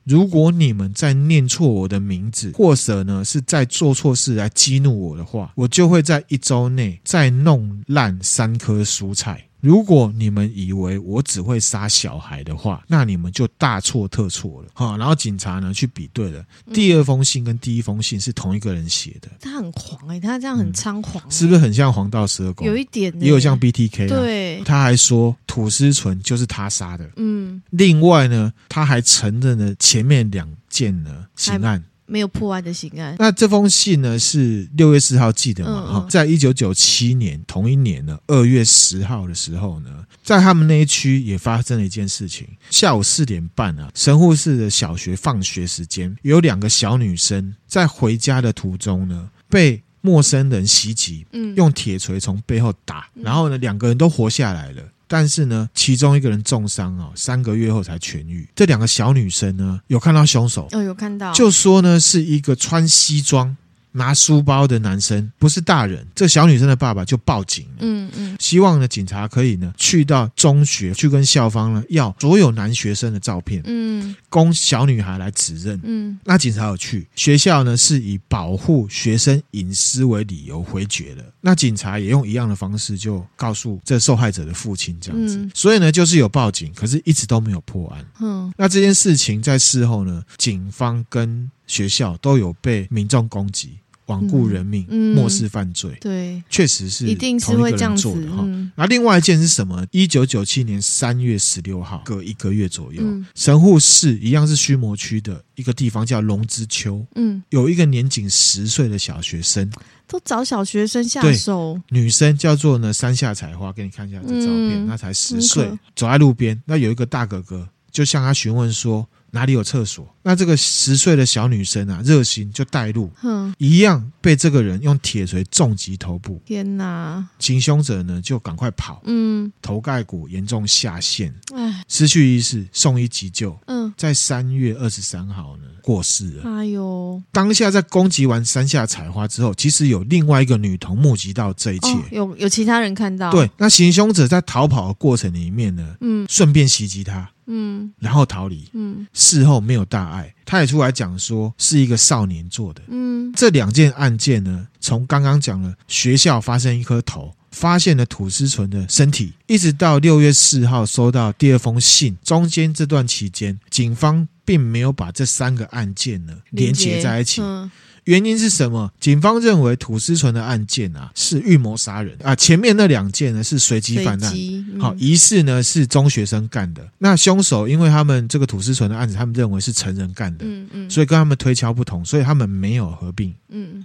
Speaker 1: 如果你们再念错我的名字，或者呢是在做错事来激怒我的话，我就会在一周内再弄烂三颗蔬菜。如果你们以为我只会杀小孩的话，那你们就大错特错了。好，然后警察呢去比对了，
Speaker 2: 嗯
Speaker 1: 第二封信跟第一封信是同一个人写的，
Speaker 2: 他很狂哎，他这样很猖狂欸，
Speaker 1: 嗯是不是很像黄道十二宫？
Speaker 2: 有一点欸，
Speaker 1: 也有像 BTK 啊。
Speaker 2: 对，
Speaker 1: 他还说土司纯就是他杀的。
Speaker 2: 嗯，
Speaker 1: 另外呢，他还承认了前面两件呢刑案。
Speaker 2: 没有破案的刑案，
Speaker 1: 那这封信呢是六月四号寄的嘛？
Speaker 2: 嗯嗯
Speaker 1: 哈、在一九九七年同一年呢，二月十号的时候呢，在他们那一区也发生了一件事情。下午四点半啊，神户市的小学放学时间，有两个小女生在回家的途中呢，被陌生人袭击，
Speaker 2: 嗯，
Speaker 1: 用铁锤从背后打，
Speaker 2: 嗯
Speaker 1: 然后呢，两个人都活下来了。但是呢，其中一个人重伤哦，三个月后才痊愈。这两个小女生呢，有看到凶手，
Speaker 2: 哦有看到，
Speaker 1: 就说呢是一个穿西装、拿书包的男生，不是大人。这小女生的爸爸就报警了，
Speaker 2: 嗯嗯
Speaker 1: 希望呢警察可以呢去到中学去跟校方呢要所有男学生的照片，
Speaker 2: 嗯
Speaker 1: 供小女孩来指认。
Speaker 2: 嗯
Speaker 1: 那警察有去学校呢，是以保护学生隐私为理由回绝了。那警察也用一样的方式就告诉这受害者的父亲这样子，
Speaker 2: 嗯
Speaker 1: 所以呢，就是有报警，可是一直都没有破案。
Speaker 2: 嗯
Speaker 1: 那这件事情在事后呢，警方跟学校都有被民众攻击，罔顾人命，
Speaker 2: 嗯嗯
Speaker 1: 漠视犯罪，
Speaker 2: 对，
Speaker 1: 确实是
Speaker 2: 一定是
Speaker 1: 同
Speaker 2: 会
Speaker 1: 个
Speaker 2: 这样
Speaker 1: 人
Speaker 2: 子
Speaker 1: 做的，哈。
Speaker 2: 嗯
Speaker 1: 然后另外一件是什么？一九九七年三月十六号，隔一个月左右，
Speaker 2: 嗯
Speaker 1: 神户市一样是须磨区的一个地方叫龙之丘，
Speaker 2: 嗯，
Speaker 1: 有一个年仅十岁的小学生，
Speaker 2: 都找小学生下手，
Speaker 1: 女生叫做呢山下彩花，给你看一下这照片，
Speaker 2: 嗯
Speaker 1: 她才十
Speaker 2: 很
Speaker 1: 岁
Speaker 2: 可，
Speaker 1: 走在路边，那有一个大哥哥就向她询问说哪里有厕所，那这个十岁的小女生啊，热心就带路，
Speaker 2: 哼，
Speaker 1: 一样被这个人用铁锤重击头部，
Speaker 2: 天哪，
Speaker 1: 行凶者呢就赶快跑，
Speaker 2: 嗯，
Speaker 1: 头盖骨严重下陷，
Speaker 2: 哎，
Speaker 1: 失去意识，送医急救。
Speaker 2: 嗯，
Speaker 1: 在三月二十三号呢过世了。
Speaker 2: 哎呦，
Speaker 1: 当下在攻击完山下采花之后，其实有另外一个女童目击到这一切。
Speaker 2: 哦，有有其他人看到，，
Speaker 1: 对，那行凶者在逃跑的过程里面呢，
Speaker 2: 嗯
Speaker 1: 顺便袭击他，
Speaker 2: 嗯
Speaker 1: 然后逃离。
Speaker 2: 嗯
Speaker 1: 事后没有大碍，他也出来讲说是一个少年做的。
Speaker 2: 嗯，
Speaker 1: 这两件案件呢，从刚刚讲了学校发生一颗头，发现了土司纯的身体，一直到六月四号收到第二封信，中间这段期间，警方并没有把这三个案件呢连接在一起。
Speaker 2: 嗯
Speaker 1: 原因是什么？警方认为土司纯的案件啊是预谋杀人啊，前面那两件呢是随机嗯
Speaker 2: 随
Speaker 1: 犯案。
Speaker 2: 机，嗯
Speaker 1: 好，疑似呢是中学生干的。那凶手，因为他们这个土司纯的案子，他们认为是成人干的，
Speaker 2: 嗯嗯，
Speaker 1: 所以跟他们推敲不同，所以他们没有合并。
Speaker 2: 嗯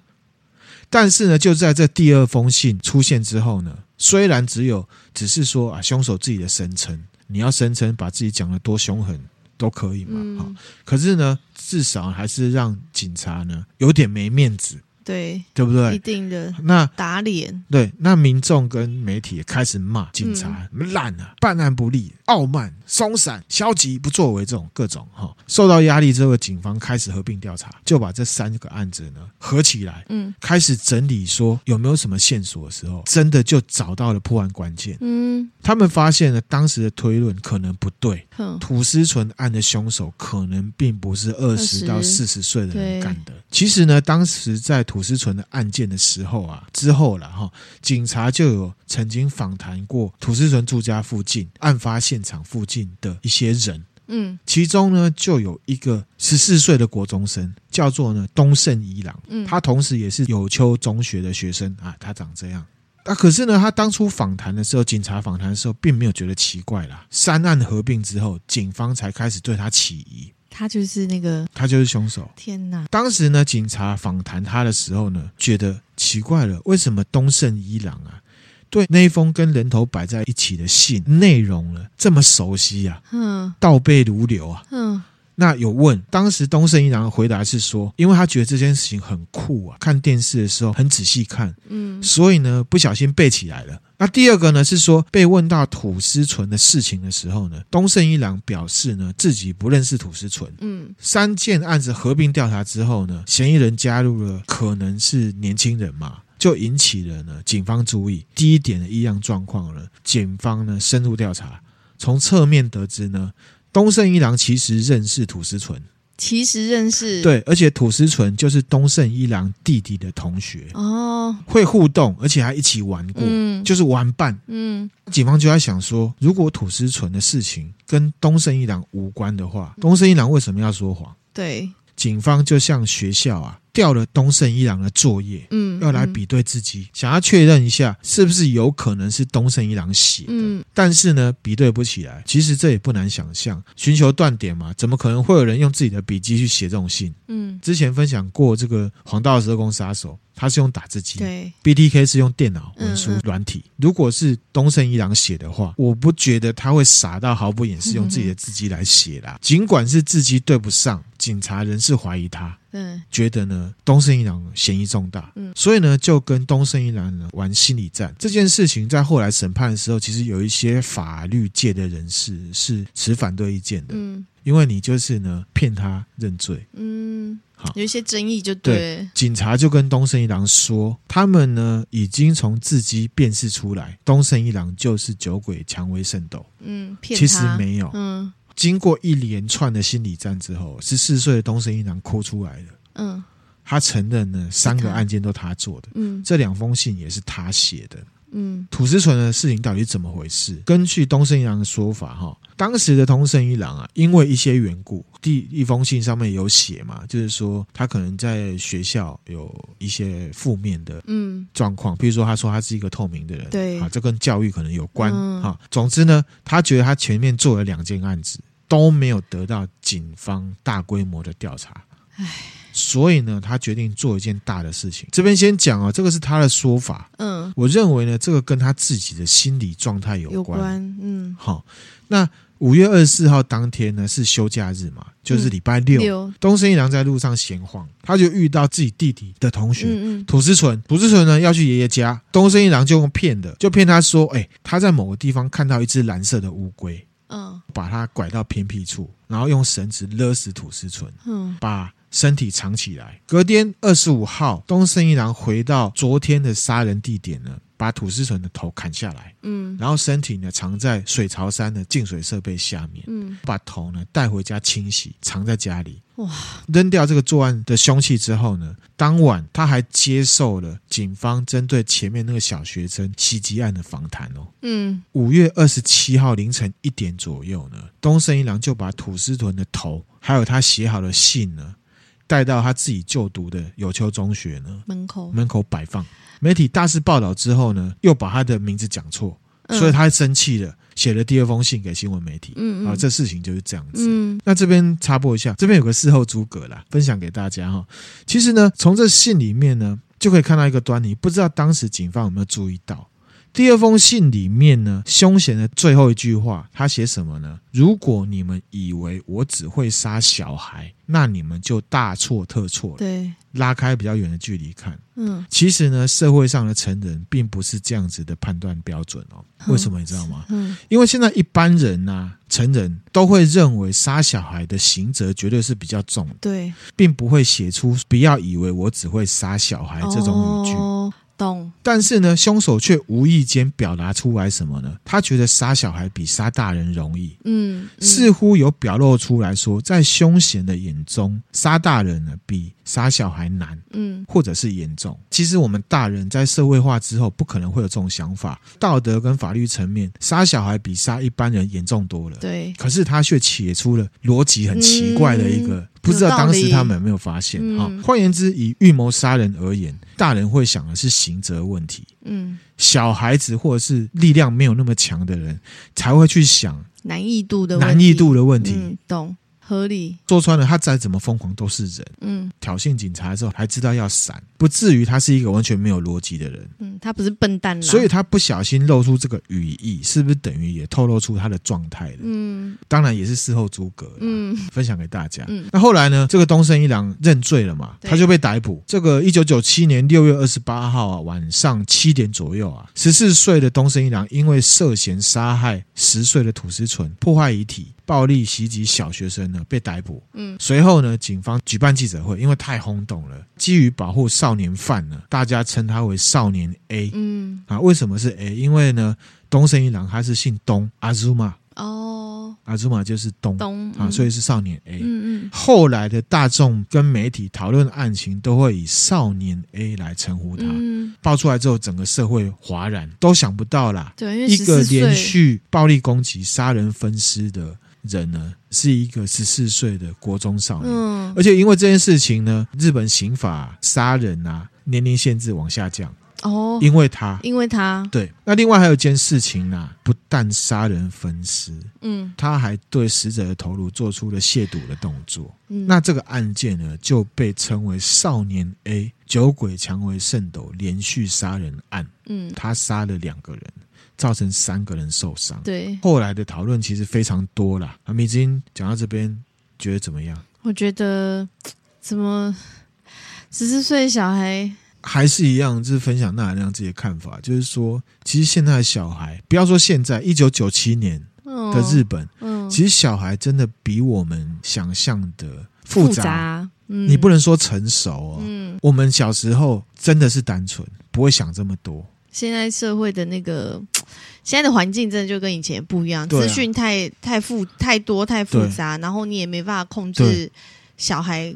Speaker 1: 但是呢，就在这第二封信出现之后呢，虽然只有只是说啊，凶手自己的声称，你要声称把自己讲的多凶狠都可以嘛，
Speaker 2: 嗯
Speaker 1: 啊好、可是呢，至少还是让警察呢有点没面子，
Speaker 2: 对，
Speaker 1: 对不
Speaker 2: 一
Speaker 1: 对？
Speaker 2: 定的
Speaker 1: 那
Speaker 2: 打脸，
Speaker 1: 对，那民众跟媒体也开始骂警察
Speaker 2: 嗯
Speaker 1: 烂啊，办案不力、傲慢、松散、消极、不作为这种各种哈、受到压力之后，警方开始合并调查，就把这三个案子呢合起来，
Speaker 2: 嗯
Speaker 1: 开始整理说有没有什么线索的时候，真的就找到了破案关键。
Speaker 2: 嗯
Speaker 1: 他们发现了当时的推论可能不对，
Speaker 2: 哼，
Speaker 1: 土司纯案的凶手可能并不是二十
Speaker 2: 20
Speaker 1: 到四十岁的人
Speaker 2: 对
Speaker 1: 干的。其实呢，当时在土司纯的案件的时候啊，之后了哈，警察就有曾经访谈过土司纯住家附近、案发现场附近的一些人。
Speaker 2: 嗯
Speaker 1: 其中呢，就有一个十四岁的国中生，叫做呢东胜一郎，
Speaker 2: 嗯，
Speaker 1: 他同时也是有丘中学的学生啊，他长这样。啊，可是呢，他当初访谈的时候，警察访谈的时候，并没有觉得奇怪啦。三案合并之后，警方才开始对他起疑，
Speaker 2: 他就是那个
Speaker 1: 他就是凶手。
Speaker 2: 天哪，
Speaker 1: 当时呢，警察访谈他的时候呢，觉得奇怪了，为什么东胜一郎啊，对那一封跟人头摆在一起的信内容呢，这么熟悉啊，
Speaker 2: 哼
Speaker 1: 倒背如流啊？
Speaker 2: 哼，
Speaker 1: 那有问，当时东胜一郎的回答是说，因为他觉得这件事情很酷啊，看电视的时候很仔细看，
Speaker 2: 嗯
Speaker 1: 所以呢不小心背起来了。那第二个呢是说，被问到土司纯的事情的时候呢，东胜一郎表示呢自己不认识土司纯。
Speaker 2: 嗯
Speaker 1: 三件案子合并调查之后呢，嫌疑人加入了可能是年轻人嘛，就引起了呢警方注意。第一点的异样状况呢，警方呢深入调查，从侧面得知呢，东胜一郎其实认识土司纯，
Speaker 2: 其实认识，
Speaker 1: 对，而且土司纯就是东胜一郎弟弟的同学，
Speaker 2: 哦，
Speaker 1: 会互动，而且还一起玩过，
Speaker 2: 嗯
Speaker 1: 就是玩伴。
Speaker 2: 嗯
Speaker 1: 警方就在想说，如果土司纯的事情跟东胜一郎无关的话，
Speaker 2: 嗯
Speaker 1: 东胜一郎为什么要说谎？
Speaker 2: 对，
Speaker 1: 警方就向学校啊调了东胜一郎的作业，
Speaker 2: 嗯，
Speaker 1: 要来比对自己，想要确认一下是不是有可能是东胜一郎写的。
Speaker 2: 嗯，嗯
Speaker 1: 但是呢，比对不起来。其实这也不难想象，寻求断点嘛，怎么可能会有人用自己的笔记去写这种信？
Speaker 2: 嗯，
Speaker 1: 之前分享过这个黄道十二宫杀手，他是用打字机。
Speaker 2: 对，
Speaker 1: BTK 是用电脑文书
Speaker 2: 嗯嗯
Speaker 1: 软体，如果是东胜一郎写的话，我不觉得他会傻到毫不掩饰用自己的字迹来写啦。尽管是字迹对不上，警察仍是怀疑他，
Speaker 2: 嗯
Speaker 1: 觉得呢东胜一郎嫌疑重大，
Speaker 2: 嗯
Speaker 1: 所以呢就跟东胜一郎呢玩心理战。这件事情在后来审判的时候，其实有一些法律界的人士是持反对意见的，
Speaker 2: 嗯
Speaker 1: 因为你就是呢骗他认罪，
Speaker 2: 嗯
Speaker 1: 好，
Speaker 2: 有一些争议就
Speaker 1: 对
Speaker 2: 对，
Speaker 1: 警察就跟东胜一郎说，他们呢已经从字迹辨识出来，东胜一郎就是酒鬼蔷薇圣斗。
Speaker 2: 嗯，骗
Speaker 1: 其实
Speaker 2: 他，
Speaker 1: 没有，
Speaker 2: 嗯
Speaker 1: 经过一连串的心理战之后，十四岁的东胜一郎哭出来了，
Speaker 2: 嗯
Speaker 1: 他承认呢三个
Speaker 2: 他
Speaker 1: 案件都他做的，
Speaker 2: 嗯
Speaker 1: 这两封信也是他写的。
Speaker 2: 嗯
Speaker 1: 土石存的事情到底是怎么回事？根据东胜一郎的说法，哈，当时的东胜一郎啊，因为一些缘故，第一封信上面有写嘛，就是说他可能在学校有一些负面的
Speaker 2: 嗯
Speaker 1: 状况，比如说他说他是一个透明的人，
Speaker 2: 对
Speaker 1: 啊，这跟教育可能有关
Speaker 2: 嗯
Speaker 1: 啊。总之呢，他觉得他前面做了两件案子都没有得到警方大规模的调查，所以呢，他决定做一件大的事情。这边先讲哦，这个是他的说法，
Speaker 2: 嗯
Speaker 1: 我认为呢，这个跟他自己的心理状态有
Speaker 2: 有
Speaker 1: 关。
Speaker 2: 关嗯
Speaker 1: 好、那五月二十四号当天呢是休假日嘛，就是礼拜六。
Speaker 2: 六
Speaker 1: 东森一郎在路上闲晃，他就遇到自己弟弟的同学。
Speaker 2: 嗯嗯
Speaker 1: 土司纯，土司纯呢要去爷爷家，东森一郎就用骗的，就骗他说，哎、他在某个地方看到一只蓝色的乌龟，
Speaker 2: 嗯
Speaker 1: 把它拐到偏僻处，然后用绳子勒死土司纯，
Speaker 2: 嗯
Speaker 1: 把身体藏起来。隔天二十五号，东森一郎回到昨天的杀人地点呢，把土司纯的头砍下来，
Speaker 2: 嗯
Speaker 1: 然后身体呢藏在水槽山的净水设备下面，
Speaker 2: 嗯
Speaker 1: 把头呢带回家清洗，藏在家里。
Speaker 2: 哇
Speaker 1: 扔掉这个作案的凶器之后呢，当晚他还接受了警方针对前面那个小学生袭击案的访谈哦。
Speaker 2: 嗯
Speaker 1: 五月二十七号凌晨一点左右呢，东胜一郎就把土司屯的头，还有他写好的信呢，带到他自己就读的有丘中学呢
Speaker 2: 门口
Speaker 1: 门口摆放。媒体大肆报道之后呢，又把他的名字讲错，
Speaker 2: 嗯
Speaker 1: 所以他生气了，写了第二封信给新闻媒体。
Speaker 2: 嗯嗯
Speaker 1: 啊，这事情就是这样子。
Speaker 2: 嗯
Speaker 1: 那这边插播一下，这边有个事后诸葛啦，分享给大家哈。其实呢，从这信里面呢，就可以看到一个端倪，不知道当时警方有没有注意到。第二封信里面呢，凶嫌的最后一句话，他写什么呢？如果你们以为我只会杀小孩，那你们就大错特错了。
Speaker 2: 对
Speaker 1: 拉开比较远的距离看，
Speaker 2: 嗯
Speaker 1: 其实呢，社会上的成人并不是这样子的判断标准哦。为什么你知道吗？
Speaker 2: 嗯
Speaker 1: 因为现在一般人呐、成人都会认为杀小孩的刑责绝对是比较重的，
Speaker 2: 对
Speaker 1: 并不会写出“不要以为我只会杀小孩”这种语句。
Speaker 2: 哦懂
Speaker 1: 但是呢，凶手却无意间表达出来什么呢？他觉得杀小孩比杀大人容易，
Speaker 2: 嗯嗯
Speaker 1: 似乎有表露出来说，在凶嫌的眼中，杀大人呢比杀小孩难。
Speaker 2: 嗯
Speaker 1: 或者是严重。其实我们大人在社会化之后，不可能会有这种想法。道德跟法律层面，杀小孩比杀一般人严重多了。
Speaker 2: 对
Speaker 1: 可是他却写出了逻辑很奇怪的一个，
Speaker 2: 嗯
Speaker 1: 不知道
Speaker 2: 有道
Speaker 1: 当
Speaker 2: 理
Speaker 1: 时他们有没有发现
Speaker 2: 嗯
Speaker 1: 哈、换言之，以预谋杀人而言，大人会想的是刑责问题，
Speaker 2: 嗯
Speaker 1: 小孩子或者是力量没有那么强的人才会去想
Speaker 2: 难易度的问
Speaker 1: 难易度的问题。
Speaker 2: 嗯懂合理
Speaker 1: 说穿了，他再怎么疯狂都是人。
Speaker 2: 嗯
Speaker 1: 挑衅警察的时候还知道要闪，不至于他是一个完全没有逻辑的人。
Speaker 2: 嗯他不是笨蛋啦
Speaker 1: 所以他不小心露出这个语义，是不是等于也透露出他的状态了？
Speaker 2: 嗯
Speaker 1: 当然也是事后诸葛啦，
Speaker 2: 嗯
Speaker 1: 分享给大家。
Speaker 2: 嗯
Speaker 1: 那后来呢？这个东胜一郎认罪了嘛，
Speaker 2: 对
Speaker 1: 他就被逮捕。这个一九九七年六月二十八号啊，晚上七点左右啊，十四岁的东胜一郎因为涉嫌杀害十岁的土司纯、破坏遗体、暴力袭击小学生呢，被逮捕。
Speaker 2: 嗯
Speaker 1: 随后呢，警方举办记者会，因为太轰动了，基于保护少年犯呢，大家称他为少年 A。
Speaker 2: 嗯
Speaker 1: 啊，为什么是 A？因为呢，东胜一郎他是姓东，阿祖玛，
Speaker 2: 哦
Speaker 1: 阿祖玛就是东
Speaker 2: 懂
Speaker 1: 啊，所
Speaker 2: 以
Speaker 1: 以是少年 A。
Speaker 2: 嗯嗯
Speaker 1: 后来的大众跟媒体讨论案情，都会以少年 A 来称呼他。
Speaker 2: 嗯
Speaker 1: 爆出来之后，整个社会哗然，都想不到啦，
Speaker 2: 对因为
Speaker 1: 一个
Speaker 2: 14岁
Speaker 1: 连续暴力攻击、杀人分尸的人呢，是一个十四岁的国中少年。
Speaker 2: 嗯
Speaker 1: 而且因为这件事情呢，日本刑法杀人啊年龄限制往下降，
Speaker 2: 哦
Speaker 1: 因为他
Speaker 2: 因为他
Speaker 1: 对，那另外还有一件事情啊，不但杀人分尸，
Speaker 2: 嗯
Speaker 1: 他还对死者的头颅做出了亵渎的动作。
Speaker 2: 嗯
Speaker 1: 那这个案件呢，就被称为“少年 A 酒鬼蔷薇圣斗连续杀人案
Speaker 2: 嗯”，
Speaker 1: 他杀了两个人，造成三个人受伤。
Speaker 2: 对
Speaker 1: 后来的讨论其实非常多啦。啊，米金讲到这边，觉得怎么样？
Speaker 2: 我觉得怎么十四岁小孩
Speaker 1: 还是一样，就是分享纳兰亮自己的看法，就是说，其实现在的小孩，不要说现在，一九九七年
Speaker 2: 嗯
Speaker 1: 的日本。
Speaker 2: 嗯
Speaker 1: 其实小孩真的比我们想象的复
Speaker 2: 复
Speaker 1: 杂，
Speaker 2: 嗯
Speaker 1: 你不能说成熟哦。
Speaker 2: 嗯
Speaker 1: 我们小时候真的是单纯，不会想这么多。
Speaker 2: 现在社会的那个现在的环境真的就跟以前不一样，
Speaker 1: 对啊
Speaker 2: 资讯太太复太多太复杂，然后你也没办法控制
Speaker 1: 对
Speaker 2: 小孩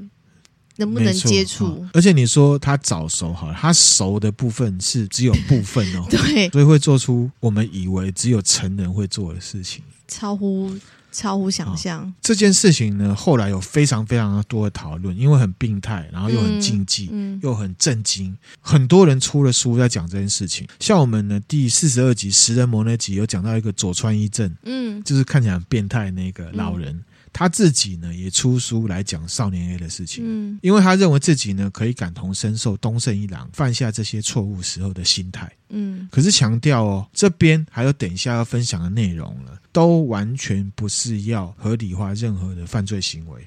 Speaker 2: 能不
Speaker 1: 没
Speaker 2: 能
Speaker 1: 错
Speaker 2: 接触？，
Speaker 1: 哦而且你说它早熟好了，它熟的部分是只有部分哦
Speaker 2: (laughs) 对，
Speaker 1: 所以会做出我们以为只有成人会做的事情。
Speaker 2: 超乎超乎想象。
Speaker 1: 这件事情呢，后来有非常非常多的讨论，因为很病态，然后又很禁忌，
Speaker 2: 嗯，
Speaker 1: 又很震惊，很多人出了书在讲这件事情。像我们呢第四十二集《食人魔》那集有讲到一个佐川一正，
Speaker 2: 嗯，
Speaker 1: 就是看起来很变态那个老人，他自己呢也出书来讲少年 A 的事情。
Speaker 2: 嗯，
Speaker 1: 因为他认为自己呢可以感同身受东胜一郎犯下这些错误时候的心态，
Speaker 2: 嗯，
Speaker 1: 可是强调哦，这边还有等一下要分享的内容了，都完全不是要合理化任何的犯罪行为，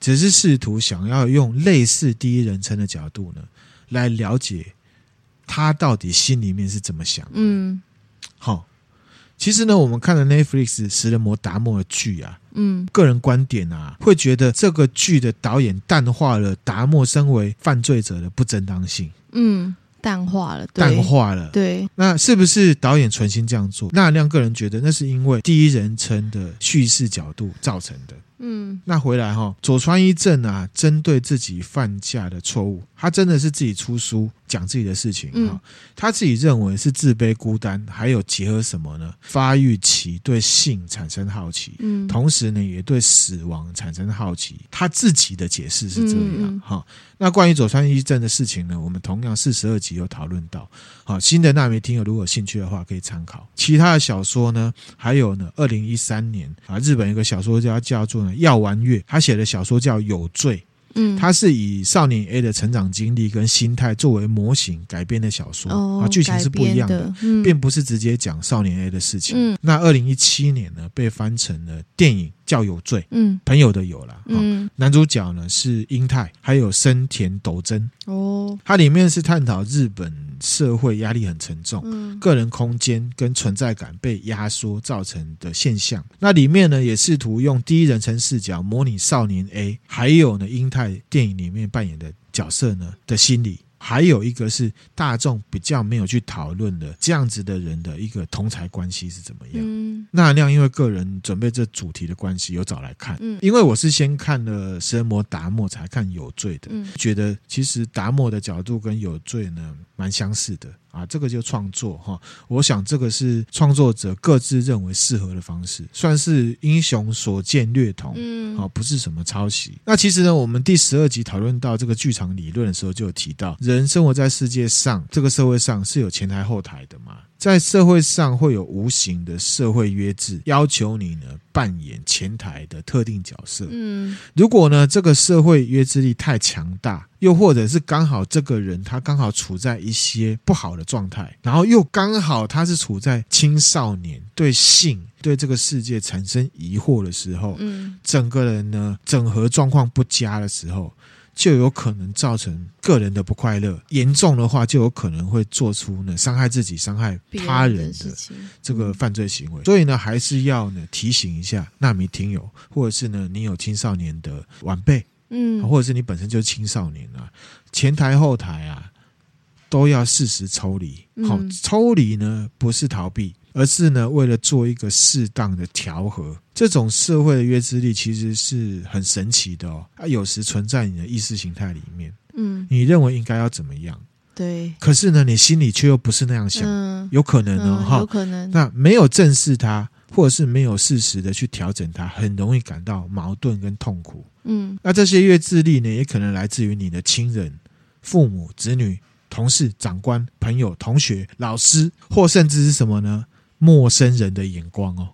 Speaker 1: 只是试图想要用类似第一人称的角度呢，来了解他到底心里面是怎么想。
Speaker 2: 嗯，
Speaker 1: 好、其实呢，我们看了 Netflix《食人魔达摩》的剧啊，
Speaker 2: 嗯，
Speaker 1: 个人观点啊，会觉得这个剧的导演淡化了达莫身为犯罪者的不正当性，
Speaker 2: 嗯，淡化了，对
Speaker 1: 淡，化了。
Speaker 2: 对，
Speaker 1: 那是不是导演存心这样做？那亮个人觉得那是因为第一人称的叙事角度造成的。
Speaker 2: 嗯，
Speaker 1: 那回来哈、佐川一正啊，针对自己犯下的错误，他真的是自己出书讲自己的事情哈、
Speaker 2: 嗯
Speaker 1: 他自己认为是自卑、孤单，还有结合什么呢？发育期对性产生好奇，
Speaker 2: 嗯，
Speaker 1: 同时呢，也对死亡产生好奇。他自己的解释是这
Speaker 2: 嗯嗯
Speaker 1: 样哈、那关于佐川一正的事情呢，我们同样四十二集有讨论到。好，新的纳米听友如果有兴趣的话，可以参考。其他的小说呢，还有呢，二零一三年啊，日本有一个小说家叫做呢药丸月，他写的小说叫《有罪》，
Speaker 2: 嗯，
Speaker 1: 他是以少年 A 的成长经历跟心态作为模型改编的小说
Speaker 2: 哦
Speaker 1: 啊，，剧情是不一样
Speaker 2: 改
Speaker 1: 的。
Speaker 2: 编的，嗯，
Speaker 1: 并不是直接讲少年 A 的事情。
Speaker 2: 嗯
Speaker 1: 那二零一七年呢，被翻成了电影叫《有罪》，
Speaker 2: 嗯
Speaker 1: 朋友的有啦。哈
Speaker 2: 嗯，
Speaker 1: 男主角呢是英泰，还有生田斗真。
Speaker 2: 哦，
Speaker 1: 它里面是探讨日本社会压力很沉重。
Speaker 2: 嗯
Speaker 1: 个人空间跟存在感被压缩造成的现象，那里面呢也试图用第一人称视角模拟少年 A，还有呢英泰电影里面扮演的角色呢的心理，还有一个是大众比较没有去讨论的这样子的人的一个同才关系是怎么样。
Speaker 2: 嗯
Speaker 1: 那亮因为个人准备这主题的关系，有找来看。
Speaker 2: 嗯
Speaker 1: 因为我是先看了《食人魔达莫》，才看《有罪》的，
Speaker 2: 嗯
Speaker 1: 觉得其实达莫的角度跟《有罪》呢蛮相似的啊。这个就创作哈，我想这个是创作者各自认为适合的方式，算是英雄所见略同。
Speaker 2: 嗯，
Speaker 1: 好，，不是什么抄袭。那其实呢，我们第十二集讨论到这个剧场理论的时候，就有提到，人生活在世界上，这个社会上是有前台后台的嘛，在社会上会有无形的社会约制，要求你呢扮演前台的特定角色。
Speaker 2: 嗯
Speaker 1: 如果呢这个社会约制力太强大，又或者是刚好这个人他刚好处在一些不好的状态，然后又刚好他是处在青少年对性对这个世界产生疑惑的时候，
Speaker 2: 嗯
Speaker 1: 整个人呢整合状况不佳的时候，就有可能造成个人的不快乐，严重的话就有可能会做出呢伤害自己、伤害
Speaker 2: 别
Speaker 1: 他人
Speaker 2: 的事
Speaker 1: 的
Speaker 2: 情，
Speaker 1: 这个犯罪行为。所以呢，还是要呢提醒一下纳米听友，或者是呢你有青少年的晚辈，
Speaker 2: 嗯，
Speaker 1: 或者是你本身就是青少年啊，前台后台啊都要适时抽离。好、
Speaker 2: 嗯
Speaker 1: 抽离呢不是逃避，而是呢为了做一个适当的调和。这种社会的约制力其实是很神奇的哦，它有时存在你的意识形态里面，
Speaker 2: 嗯，
Speaker 1: 你认为应该要怎么样，
Speaker 2: 对，
Speaker 1: 可是呢你心里却又不是那样想，
Speaker 2: 嗯
Speaker 1: 有可能哦
Speaker 2: 嗯，
Speaker 1: 哈、
Speaker 2: 有可能，
Speaker 1: 那没有正视它，或者是没有适时的去调整它，很容易感到矛盾跟痛苦。
Speaker 2: 嗯
Speaker 1: 那这些越智力呢，也可能来自于你的亲人、父母、子女、同事、长官、朋友、同学、老师，或甚至是什么呢？陌生人的眼光哦。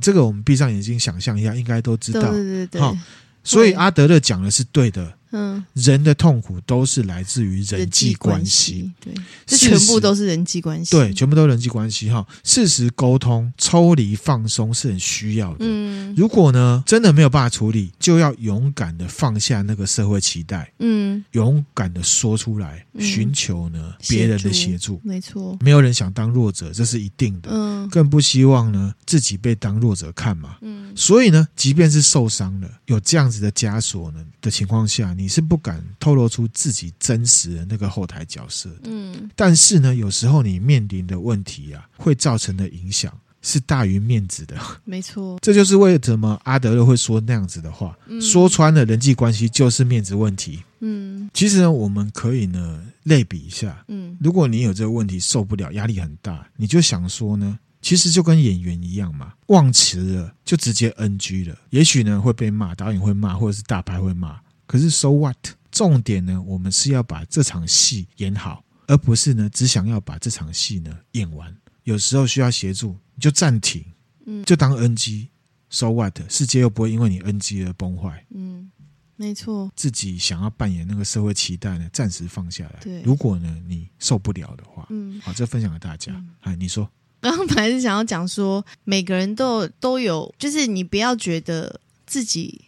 Speaker 1: 这个我们闭上眼睛想象一下，应该都知
Speaker 2: 对
Speaker 1: 道。
Speaker 2: 对对对，
Speaker 1: 好所以阿德勒讲的是对的，
Speaker 2: 嗯，
Speaker 1: 人的痛苦都是来自于人际关
Speaker 2: 关
Speaker 1: 系。，
Speaker 2: 对，这全
Speaker 1: 事
Speaker 2: 部
Speaker 1: 实
Speaker 2: 都是人际关系，
Speaker 1: 对，全部都人际关系哈。适时沟通、抽离、放松是很需要的。
Speaker 2: 嗯
Speaker 1: 如果呢真的没有办法处理，就要勇敢的放下那个社会期待，
Speaker 2: 嗯，
Speaker 1: 勇敢的说出来，
Speaker 2: 嗯
Speaker 1: 寻求呢别人的协助。
Speaker 2: 没错，
Speaker 1: 没有人想当弱者，这是一定的，
Speaker 2: 嗯
Speaker 1: 更不希望呢自己被当弱者看嘛。
Speaker 2: 嗯
Speaker 1: 所以呢，即便是受伤了，有这样子的枷锁呢的情况下，你是不敢透露出自己真实的那个后台角色的。
Speaker 2: 嗯
Speaker 1: 但是呢，有时候你面临的问题啊，会造成的影响是大于面子的。
Speaker 2: 没错，
Speaker 1: 这就是为什么阿德勒会说那样子的话。
Speaker 2: 嗯
Speaker 1: 说穿了，人际关系就是面子问题。
Speaker 2: 嗯
Speaker 1: 其实呢，我们可以呢类比一下，
Speaker 2: 嗯
Speaker 1: 如果你有这个问题受不了，压力很大，你就想说呢，其实就跟演员一样嘛，忘词了就直接 NG 了，也许呢会被骂，导演会骂，或者是大牌会骂，可是 so what？重点呢，我们是要把这场戏演好，而不是呢只想要把这场戏呢演完。有时候需要协助，你就暂停，
Speaker 2: 嗯
Speaker 1: 就当 NG，so what？世界又不会因为你 NG 而崩坏。
Speaker 2: 嗯，没错，
Speaker 1: 自己想要扮演那个社会期待呢，暂时放下来。
Speaker 2: 对
Speaker 1: 如果呢你受不了的话，
Speaker 2: 嗯。
Speaker 1: 好，哦这分享给大家。
Speaker 2: 嗯
Speaker 1: 哎，你说，
Speaker 2: 刚刚本来是想要讲说，每个人都有都有，就是你不要觉得自己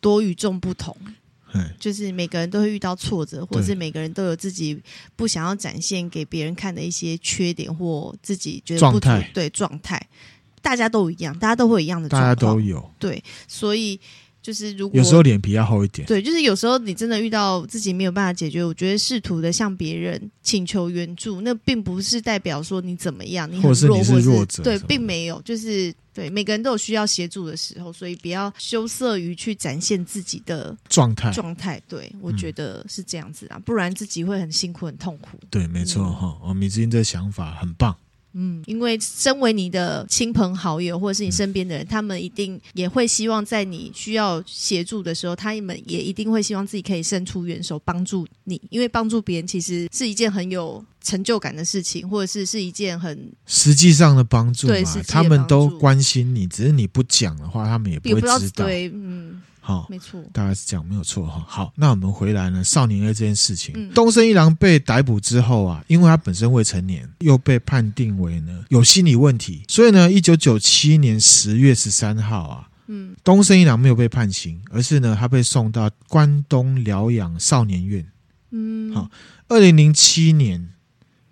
Speaker 2: 多与众不同，
Speaker 1: 哎，
Speaker 2: 就是每个人都会遇到挫折，或
Speaker 1: 对
Speaker 2: 者是每个人都有自己不想要展现给别人看的一些缺点或自己觉得不足
Speaker 1: 状态
Speaker 2: 对状态，大家都一样，大家都会有一样的
Speaker 1: 大
Speaker 2: 状
Speaker 1: 家
Speaker 2: 况，
Speaker 1: 都有，
Speaker 2: 所以就是如果
Speaker 1: 有时候脸皮要厚一点。
Speaker 2: 对，就是有时候你真的遇到自己没有办法解决，我觉得试图的向别人请求援助，那并不是代表说你怎么样，你
Speaker 1: 或
Speaker 2: 很
Speaker 1: 者是
Speaker 2: 弱，
Speaker 1: 你是弱者
Speaker 2: 对
Speaker 1: 什，么
Speaker 2: 并
Speaker 1: 的
Speaker 2: 没有，就是对每个人都有需要协助的时候，所以不要羞涩于去展现自己的
Speaker 1: 状态，
Speaker 2: 状态。对我
Speaker 1: 嗯
Speaker 2: 觉得是这样子啊，不然自己会很辛苦、很痛苦。
Speaker 1: 对，没错
Speaker 2: 嗯
Speaker 1: 哈。哦，米之音这想法很棒，
Speaker 2: 嗯，因为身为你的亲朋好友或者是你身边的人，他们一定也会希望在你需要协助的时候，他们也一定会希望自己可以伸出援手帮助你，因为帮助别人其实是一件很有成就感的事情，或者是是一件很
Speaker 1: 实际上的帮助
Speaker 2: 对实际
Speaker 1: 嘛
Speaker 2: 的，
Speaker 1: 他们都
Speaker 2: 帮助
Speaker 1: 关心你，只是你不讲的话，他们也不
Speaker 2: 也
Speaker 1: 会
Speaker 2: 不知道
Speaker 1: 知道。
Speaker 2: 对，嗯，
Speaker 1: 好，
Speaker 2: 没错，
Speaker 1: 大概是这样，没有错哈。好，那我们回来呢，少年 A 这件事情，
Speaker 2: 嗯
Speaker 1: 东森一郎被逮捕之后啊，因为他本身未成年，又被判定为呢有心理问题，所以呢，一九九七年十月十三号啊。
Speaker 2: 嗯
Speaker 1: 东森一郎没有被判刑，而是呢，他被送到关东疗养少年院。
Speaker 2: 嗯，
Speaker 1: 好二零零七年，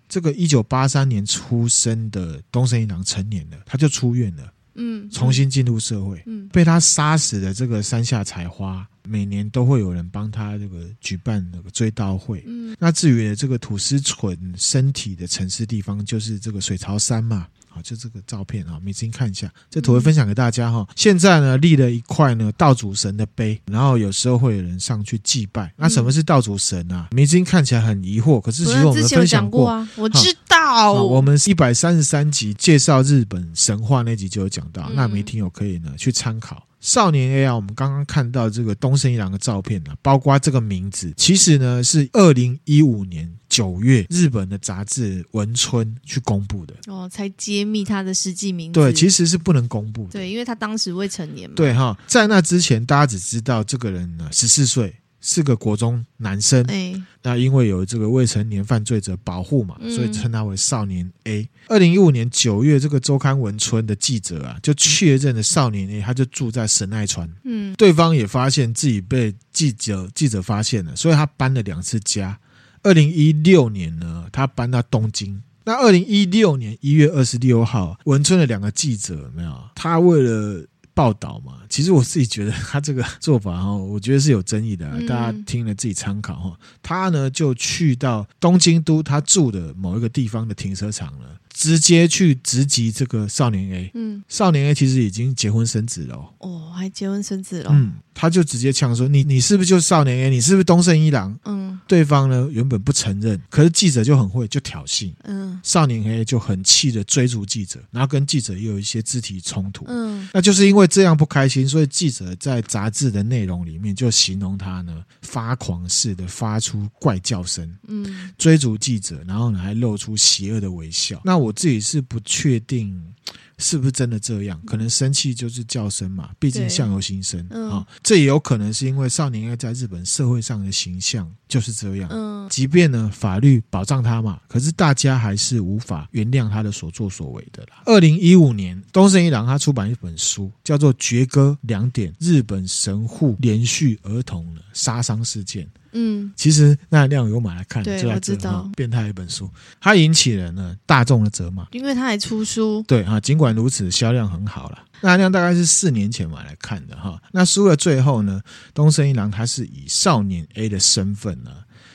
Speaker 1: 这个一九八三年出生的东森一郎成年了，他就出院了，
Speaker 2: 嗯，
Speaker 1: 重新进入社会。
Speaker 2: 嗯，
Speaker 1: 被他杀死的这个山下彩花，每年都会有人帮他这个举办那个追悼会。
Speaker 2: 嗯，
Speaker 1: 那至于这个土司纯身体的沉尸地方，就是这个水槽山嘛。好，就这个照片啊，明星看一下，这图会分享给大家哈、
Speaker 2: 嗯
Speaker 1: 现在呢，立了一块呢道主神的碑，然后有时候会有人上去祭拜。那什么是道主神啊？明星看起来很疑惑，可是
Speaker 2: 嗯
Speaker 1: 其
Speaker 2: 我
Speaker 1: 实我们
Speaker 2: 之前有
Speaker 1: 分享
Speaker 2: 讲过啊，我知道，
Speaker 1: 啊，我们一百三十三集介绍日本神话那集就有讲到，
Speaker 2: 嗯
Speaker 1: 那没听友可以呢去参考。少年 A 啊，我们刚刚看到这个东森一郎的照片啊，包括这个名字，其实呢是二零一五年九月日本的杂志《文春》去公布的，
Speaker 2: 哦才揭秘他的实际名字，
Speaker 1: 对，其
Speaker 2: 实
Speaker 1: 实是不能公布的，
Speaker 2: 对，因为他当时未成年嘛，
Speaker 1: 对哈。在那之前，大家只知道这个人呢十四岁，是个国中男生，
Speaker 2: 哎，
Speaker 1: 那因为有这个未成年犯罪者保护嘛，
Speaker 2: 嗯
Speaker 1: 所以称他为少年 A。二零一五年九月，这个周刊文春的记者啊，就确认了少年 A，他就住在神奈川。
Speaker 2: 嗯
Speaker 1: 对方也发现自己被记者记者发现了，所以他搬了两次家。二零一六年呢，他搬到东京。那二零一六年一月二十六号，文春的两个记者有没有？他为了报道嘛，其实我自己觉得他这个做法哈，我觉得是有争议的啊，
Speaker 2: 嗯
Speaker 1: 大家听了自己参考哈。他呢就去到东京都他住的某一个地方的停车场了，直接去直击这个少年 A。
Speaker 2: 嗯，
Speaker 1: 少年 A 其实已经结婚生子了哦、
Speaker 2: 哦，还结婚生子了，
Speaker 1: 嗯，他就直接呛说：“你你是不是就是少年 A？你是不是东胜一郎
Speaker 2: 嗯？”
Speaker 1: 对方呢原本不承认，可是记者就很会，就挑衅。
Speaker 2: 嗯
Speaker 1: 少年 A 就很气的追逐记者，然后跟记者也有一些肢体冲突。
Speaker 2: 嗯
Speaker 1: 那就是因为这样不开心，所以记者在杂志的内容里面就形容他呢发狂似的发出怪叫声，
Speaker 2: 嗯
Speaker 1: 追逐记者，然后呢还露出邪恶的微笑。那我自己是不确定是不是真的这样，可能生气就是叫声嘛，毕竟
Speaker 2: 嗯对
Speaker 1: 相由心生啊、
Speaker 2: 嗯
Speaker 1: 这也有可能是因为少年 A 在日本社会上的形象就是这样。
Speaker 2: 嗯
Speaker 1: 即便呢法律保障他嘛，可是大家还是无法原谅他的所作所为的啦。二零一五年，东森一郎他出版一本书，叫做《绝歌两点：日本神户连续儿童的杀伤事件》。
Speaker 2: 嗯
Speaker 1: 其实那亮有买来看，
Speaker 2: 对
Speaker 1: 就在
Speaker 2: 我
Speaker 1: 这
Speaker 2: 知道
Speaker 1: 哈变态的一本书，它引起了呢大众的责骂。
Speaker 2: 因为他还出书，
Speaker 1: 对啊，尽管如此，销量很好了。那亮大概是四年前买来看的哈。那书的最后呢，东森一郎他是以少年 A 的身份呢，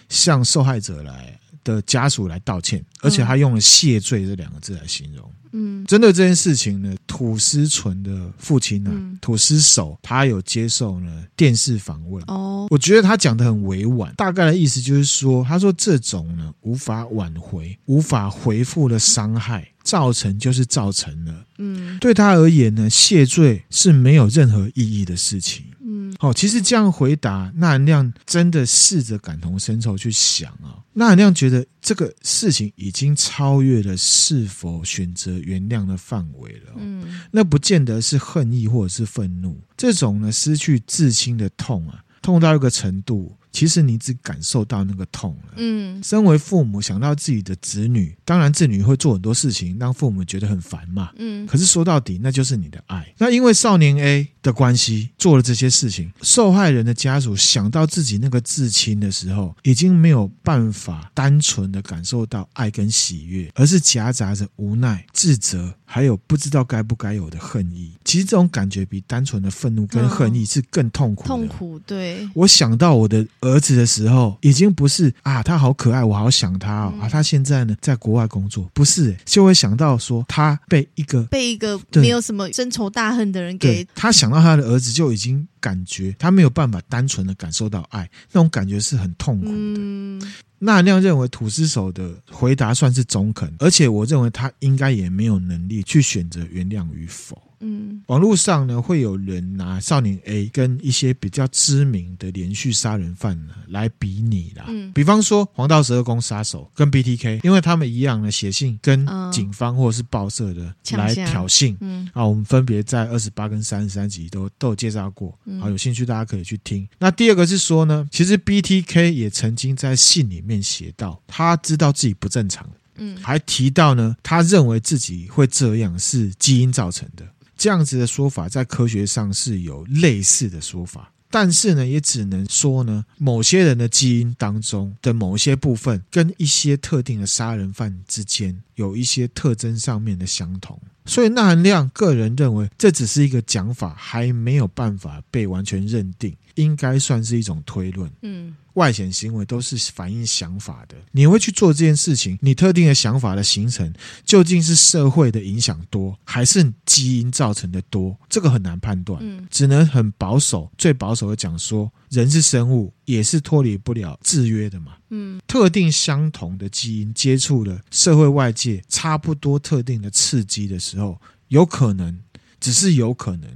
Speaker 1: 向受害者来的家属来道歉，而且他用了“谢罪”这两个字来形容。
Speaker 2: 嗯
Speaker 1: 针对这件事情呢，土司纯的父亲呢、啊
Speaker 2: 嗯
Speaker 1: 土司守他有接受呢电视访问。
Speaker 2: 哦
Speaker 1: 我觉得他讲的很委婉，大概的意思就是说，他说这种呢无法挽回、无法回复的伤害，造成就是造成了，
Speaker 2: 嗯
Speaker 1: 对他而言呢，谢罪是没有任何意义的事情。
Speaker 2: 嗯
Speaker 1: 好、其实这样回答，那含亮真的试着感同身受去想啊、那含亮觉得这个事情已经超越了是否选择原谅的范围了哦、
Speaker 2: 嗯
Speaker 1: 那不见得是恨意或者是愤怒，这种呢失去至亲的痛啊，痛到一个程度，其实你只感受到那个痛了。
Speaker 2: 嗯
Speaker 1: 身为父母，想到自己的子女，当然子女会做很多事情让父母觉得很烦嘛。
Speaker 2: 嗯
Speaker 1: 可是说到底，那就是你的爱。那因为少年 A 的关系做了这些事情，受害人的家属想到自己那个至亲的时候，已经没有办法单纯的感受到爱跟喜悦，而是夹杂着无奈、自责，还有不知道该不该有的恨意。其实这种感觉比单纯的愤怒跟恨意是更痛苦的。
Speaker 2: 哦痛苦对
Speaker 1: 我想到我的儿子的时候，已经不是啊，他好可爱，我好想他哦、
Speaker 2: 嗯
Speaker 1: 啊，他现在呢在国外工作，不是、欸就会想到说他被一个
Speaker 2: 被一个
Speaker 1: 对
Speaker 2: 没有什么深仇大恨的人
Speaker 1: 对
Speaker 2: 给
Speaker 1: 他想到他的儿子，就已经感觉他没有办法单纯的感受到爱，那种感觉是很痛苦的。
Speaker 2: 嗯
Speaker 1: 那亮认为土司手的回答算是中肯，而且我认为他应该也没有能力去选择原谅与否。
Speaker 2: 嗯
Speaker 1: 网络上呢，会有人拿少年 A 跟一些比较知名的连续杀人犯呢来比拟啦。
Speaker 2: 嗯
Speaker 1: 比方说黄道十二宫杀手跟 BTK，因为他们一样呢，写信跟
Speaker 2: 嗯
Speaker 1: 警方或者是报社的
Speaker 2: 呛
Speaker 1: 来
Speaker 2: 下
Speaker 1: 挑衅，
Speaker 2: 嗯
Speaker 1: 啊，我们分别在二十八跟三十三集都都有介绍过，
Speaker 2: 嗯
Speaker 1: 好，有兴趣大家可以去听。那第二个是说呢，其实 BTK 也曾经在信里面写到，他知道自己不正常，
Speaker 2: 嗯
Speaker 1: 还提到呢，他认为自己会这样是基因造成的。这样子的说法在科学上是有类似的说法，但是呢，也只能说呢，某些人的基因当中的某一些部分跟一些特定的杀人犯之间有一些特征上面的相同。所以纳含亮个人认为，这只是一个讲法，还没有办法被完全认定，应该算是一种推论。
Speaker 2: 嗯
Speaker 1: 外显行为都是反映想法的。你会去做这件事情，你特定的想法的形成，究竟是社会的影响多，还是基因造成的多？这个很难判断，
Speaker 2: 嗯
Speaker 1: 只能很保守，最保守的讲说，人是生物，也是脱离不了制约的嘛。
Speaker 2: 嗯
Speaker 1: 特定相同的基因接触了社会外界差不多特定的刺激的时候，有可能，只是有可能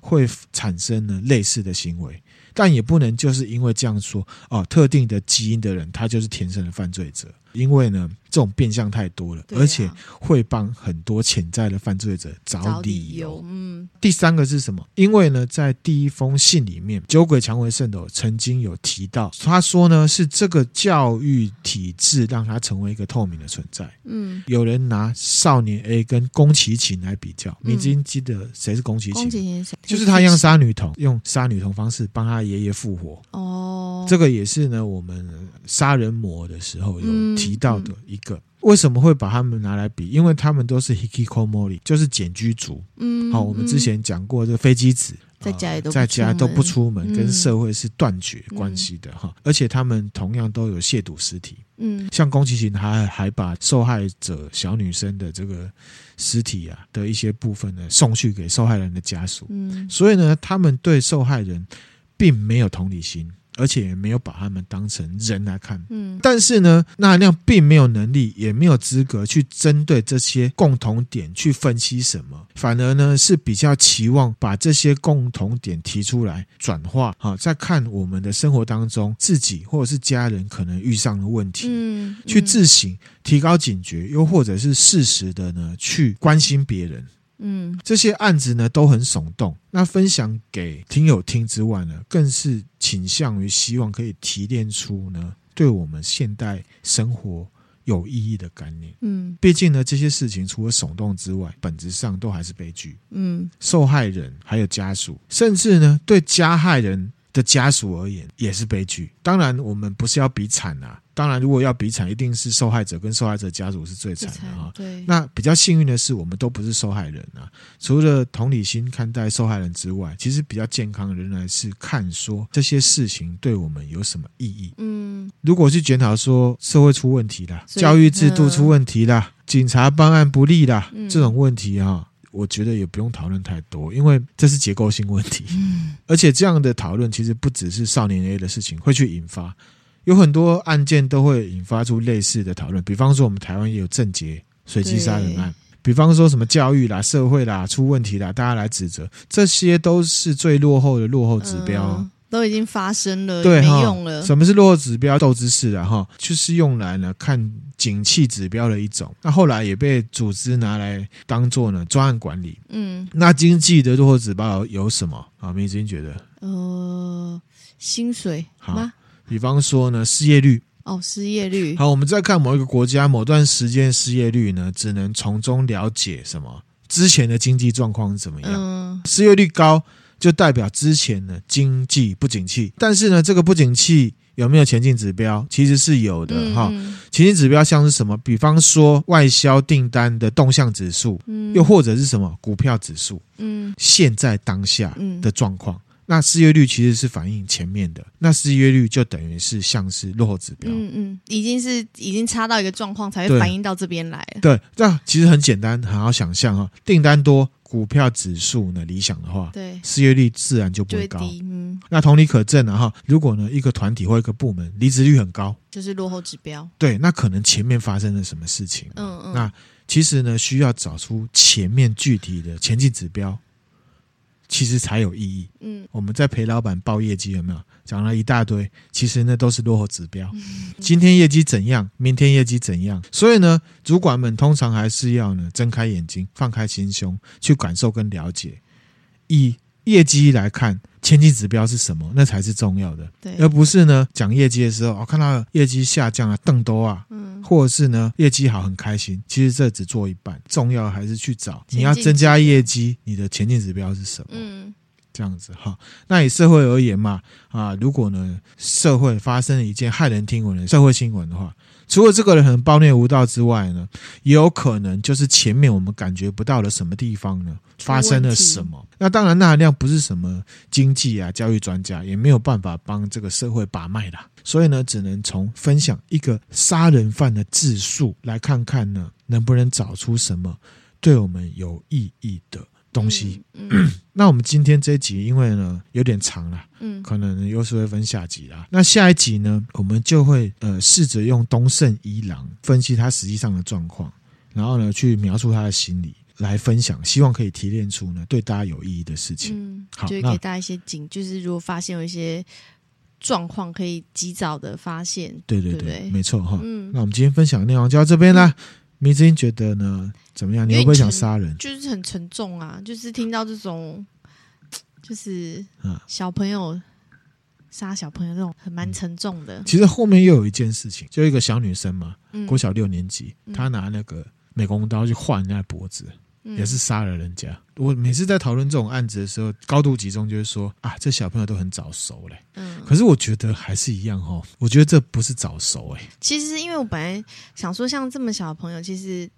Speaker 1: 会产生呢类似的行为，但也不能就是因为这样说哦，特定的基因的人他就是天生的犯罪者，因为呢这种变相太多了，
Speaker 2: 对啊
Speaker 1: 而且会帮很多潜在的犯罪者找
Speaker 2: 找
Speaker 1: 理
Speaker 2: 理
Speaker 1: 由
Speaker 2: 由。嗯
Speaker 1: 第三个是什么？因为呢，在第一封信里面，酒鬼蔷薇圣斗曾经有提到，他说呢是这个教育体制让他成为一个透明的存在。
Speaker 2: 嗯
Speaker 1: 有人拿少年 A 跟宫崎勤来比较，
Speaker 2: 嗯
Speaker 1: 你已经记得谁是宫崎勤？
Speaker 2: 宫
Speaker 1: 嗯
Speaker 2: 崎先生
Speaker 1: 就是他让杀女童，用杀女童方式帮他爷爷复活。
Speaker 2: 哦
Speaker 1: 这个也是呢，我们杀人魔的时候有
Speaker 2: 嗯
Speaker 1: 提到的一个。为什么会把他们拿来比？因为他们都是 hikikomori，就是简居族。
Speaker 2: 嗯
Speaker 1: 好、我们之
Speaker 2: 嗯
Speaker 1: 前讲过，这飞机子
Speaker 2: 在家里都不
Speaker 1: 在家都不出门，
Speaker 2: 嗯
Speaker 1: 跟社会是断绝关系的哈、而且他们同样都有亵渎尸体，
Speaker 2: 嗯
Speaker 1: 像宫崎勤还还把受害者小女生的这个尸体啊的一些部分呢送去给受害人的家属，
Speaker 2: 嗯
Speaker 1: 所以呢，他们对受害人并没有同理心，而且也没有把他们当成人来看。
Speaker 2: 嗯
Speaker 1: 但是呢，那亮并没有能力，也没有资格去针对这些共同点去分析什么，反而呢是比较期望把这些共同点提出来转化，好、再看我们的生活当中自己或者是家人可能遇上的问题。
Speaker 2: 嗯
Speaker 1: 去
Speaker 2: 嗯
Speaker 1: 自省，提高警觉，又或者是适时的呢，去关心别人。
Speaker 2: 嗯
Speaker 1: 这些案子呢都很耸动，那分享给听友听之外呢，更是倾向于希望可以提炼出呢对我们现代生活有意义的概念。
Speaker 2: 嗯
Speaker 1: 毕竟呢，这些事情除了耸动之外，本质上都还是悲剧。
Speaker 2: 嗯
Speaker 1: 受害人还有家属，甚至呢对加害人的家属而言也是悲剧。当然，我们不是要比惨啊，当然如果要比惨，一定是受害者跟受害者家属是最惨的啊哈。
Speaker 2: 对，
Speaker 1: 那比较幸运的是，我们都不是受害人啊。除了同理心看待受害人之外，其实比较健康的仍然是看说这些事情对我们有什么意义。
Speaker 2: 嗯，
Speaker 1: 如果去检讨说社会出问题啦，
Speaker 2: 所以
Speaker 1: 教育制度出问题啦，警察办案不力啦，
Speaker 2: 嗯
Speaker 1: 这种问题哈、啊我觉得也不用讨论太多，因为这是结构性问题。
Speaker 2: 嗯
Speaker 1: 而且这样的讨论其实不只是少年 A 的事情会去引发，有很多案件都会引发出类似的讨论。比方说，我们台湾也有郑捷随机杀人案。比方说什么教育啦、社会啦、出问题啦，大家来指责，这些都是最落后的落后指标哦。
Speaker 2: 嗯都已经发生了，
Speaker 1: 对
Speaker 2: 也
Speaker 1: 哈
Speaker 2: 没用了。
Speaker 1: 什么是落后指标？斗知识啊，哈，就是用来呢看景气指标的一种。那后来也被组织拿来当做呢专案管理。
Speaker 2: 嗯，
Speaker 1: 那经济的落后指标有什么啊？明君觉得，
Speaker 2: 呃，薪水
Speaker 1: 好
Speaker 2: 吗？
Speaker 1: 比方说呢失业率。
Speaker 2: 哦，失业率，
Speaker 1: 好，我们再看某一个国家某段时间失业率呢，只能从中了解什么之前的经济状况是怎么样。
Speaker 2: 嗯，
Speaker 1: 失业率高就代表之前呢经济不景气，但是呢这个不景气有没有前进指标？其实是有的
Speaker 2: 嗯
Speaker 1: 哈。
Speaker 2: 嗯
Speaker 1: 情形指标像是什么？比方说外销订单的动向指数，
Speaker 2: 嗯
Speaker 1: 又或者是什么股票指数，
Speaker 2: 嗯
Speaker 1: 现在当下
Speaker 2: 嗯
Speaker 1: 的状况。那失业率其实是反映前面的，那失业率就等于是像是落后指标。
Speaker 2: 嗯嗯，已经是已经差到一个状况，才
Speaker 1: 对
Speaker 2: 会反映到这边来了。
Speaker 1: 对，那其实很简单，很好想象哈、哦，订单多，股票指数呢理想的话，
Speaker 2: 对，
Speaker 1: 失业率自然就不
Speaker 2: 就
Speaker 1: 会
Speaker 2: 会
Speaker 1: 高。
Speaker 2: 低，嗯，
Speaker 1: 那同理可证啊哈，如果呢一个团体或一个部门离职率很高，
Speaker 2: 就是落后指标。
Speaker 1: 对，那可能前面发生了什么事情？
Speaker 2: 嗯嗯，
Speaker 1: 那其实呢，需要找出前面具体的前进指标，其实才有意义。
Speaker 2: 嗯
Speaker 1: 我们在陪老板报业绩，有没有讲了一大堆？其实那都是落后指标。今天业绩怎样，明天业绩怎样？所以呢，主管们通常还是要呢睁开眼睛，放开心胸，去感受跟了解。以业绩来看，前进指标是什么，那才是重要的，
Speaker 2: 对，
Speaker 1: 而不是呢讲业绩的时候，哦，看到业绩下降啊，瞪多啊，
Speaker 2: 嗯，
Speaker 1: 或者是呢业绩好很开心，其实这只做一半，重要还是去找
Speaker 2: 前进
Speaker 1: 你要增加业绩，你的前进指标是什么？
Speaker 2: 嗯
Speaker 1: 这样子哈。那以社会而言嘛，啊，如果呢社会发生了一件骇人听闻的社会新闻的话，除了这个人很暴虐无道之外呢，也有可能就是前面我们感觉不到的什么地方呢发生了什么。那当然，那含量不是什么经济啊、教育专家，也没有办法帮这个社会把脉啦。所以呢，只能从分享一个杀人犯的自述来看看呢，能不能找出什么对我们有意义的东西。，
Speaker 2: 嗯嗯
Speaker 1: 那我们今天这一集因为呢有点长了， (clears throat)
Speaker 2: 嗯
Speaker 1: 可能又是会分下集啦。那下一集呢，我们就会呃试着用东胜一郎分析他实际上的状况，然后呢去描述他的心理来分享，希望可以提炼出呢对大家有意义的事情。
Speaker 2: 嗯
Speaker 1: 好，
Speaker 2: 就会
Speaker 1: 那
Speaker 2: 给大家一些警，就是如果发现有一些状况，可以及早的发现。
Speaker 1: 对对
Speaker 2: 对不对
Speaker 1: 没错哈。
Speaker 2: 嗯，
Speaker 1: 那我们今天分享的内容就到这边啦。迷之音觉得呢怎么样？你会不会想杀人？
Speaker 2: 就是很沉重啊，就是听到这种，就是
Speaker 1: 嗯
Speaker 2: 小朋友杀小朋友这种，很蛮沉重的。
Speaker 1: 其实后面又有一件事情，就一个小女生嘛，
Speaker 2: 嗯，
Speaker 1: 国小六年级，她拿那个美工刀去换人家的脖子。
Speaker 2: 嗯
Speaker 1: 也是杀了人家。我每次在讨论这种案子的时候，高度集中就是说啊，这小朋友都很早熟嘞。
Speaker 2: 嗯，
Speaker 1: 可是我觉得还是一样哦，我觉得这不是早熟哎、
Speaker 2: 其实因为我本来想说，像这么小的朋友，其实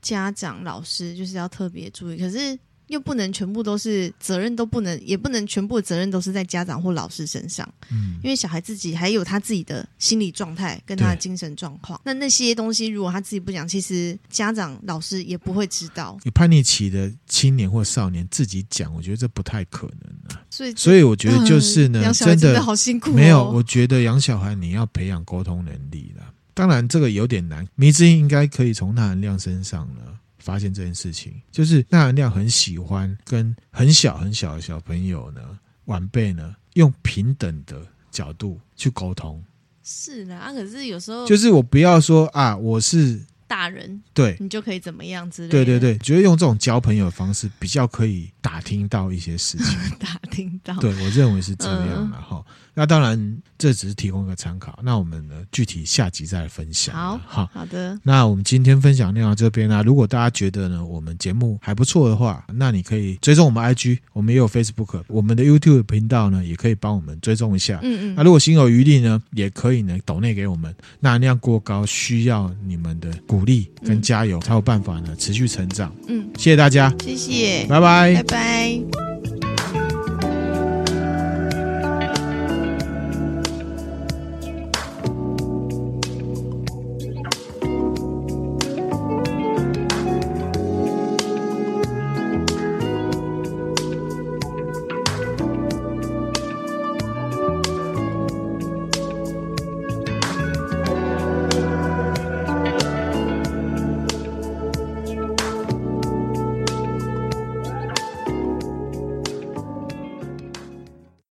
Speaker 2: 家长、老师就是要特别注意，可是又不能全部都是责任，都不能，也不能全部的责任都是在家长或老师身上，
Speaker 1: 嗯，
Speaker 2: 因为小孩自己还有他自己的心理状态跟他的
Speaker 1: 对
Speaker 2: 精神状况。那那些东西如果他自己不讲，其实家长、老师也不会知道，
Speaker 1: 有叛逆期的青年或少年自己讲，我觉得这不太可能啊。
Speaker 2: 所以
Speaker 1: 所以我觉得就是呢，
Speaker 2: 嗯养小孩
Speaker 1: 真
Speaker 2: 真
Speaker 1: 的
Speaker 2: 好辛苦、哦，
Speaker 1: 没有，我觉得养小孩你要培养沟通能力啦。当然，这个有点难。迷之音应该可以从纳含亮身上呢发现这件事情，就是纳含亮很喜欢跟很小很小的小朋友呢、晚辈呢，用平等的角度去沟通。
Speaker 2: 是啦、啊，可是有时候
Speaker 1: 就是我不要说啊，我是
Speaker 2: 大人
Speaker 1: 对，
Speaker 2: 你就可以怎么样之类的，
Speaker 1: 对对对，觉得用这种交朋友的方式比较可以打听到一些事情。
Speaker 2: 打听到，
Speaker 1: 对我认为是这
Speaker 2: 嗯
Speaker 1: 样了哈、那当然，这只是提供一个参考。那我们呢，具体下集再来分享
Speaker 2: 好
Speaker 1: 啊。好，
Speaker 2: 好的，
Speaker 1: 那我们今天分享内容到这边啦、如果大家觉得呢我们节目还不错的话，那你可以追踪我们 IG，我们也有 Facebook，我们的 YouTube 频道呢也可以帮我们追踪一下。
Speaker 2: 嗯
Speaker 1: 那
Speaker 2: 嗯，
Speaker 1: 如果心有余力呢，也可以呢抖内给我们。那量过高需要你们的鼓励跟加油，才有办法呢持续成长。
Speaker 2: 嗯，
Speaker 1: 谢谢大家，
Speaker 2: 谢谢，
Speaker 1: 拜拜
Speaker 2: 拜拜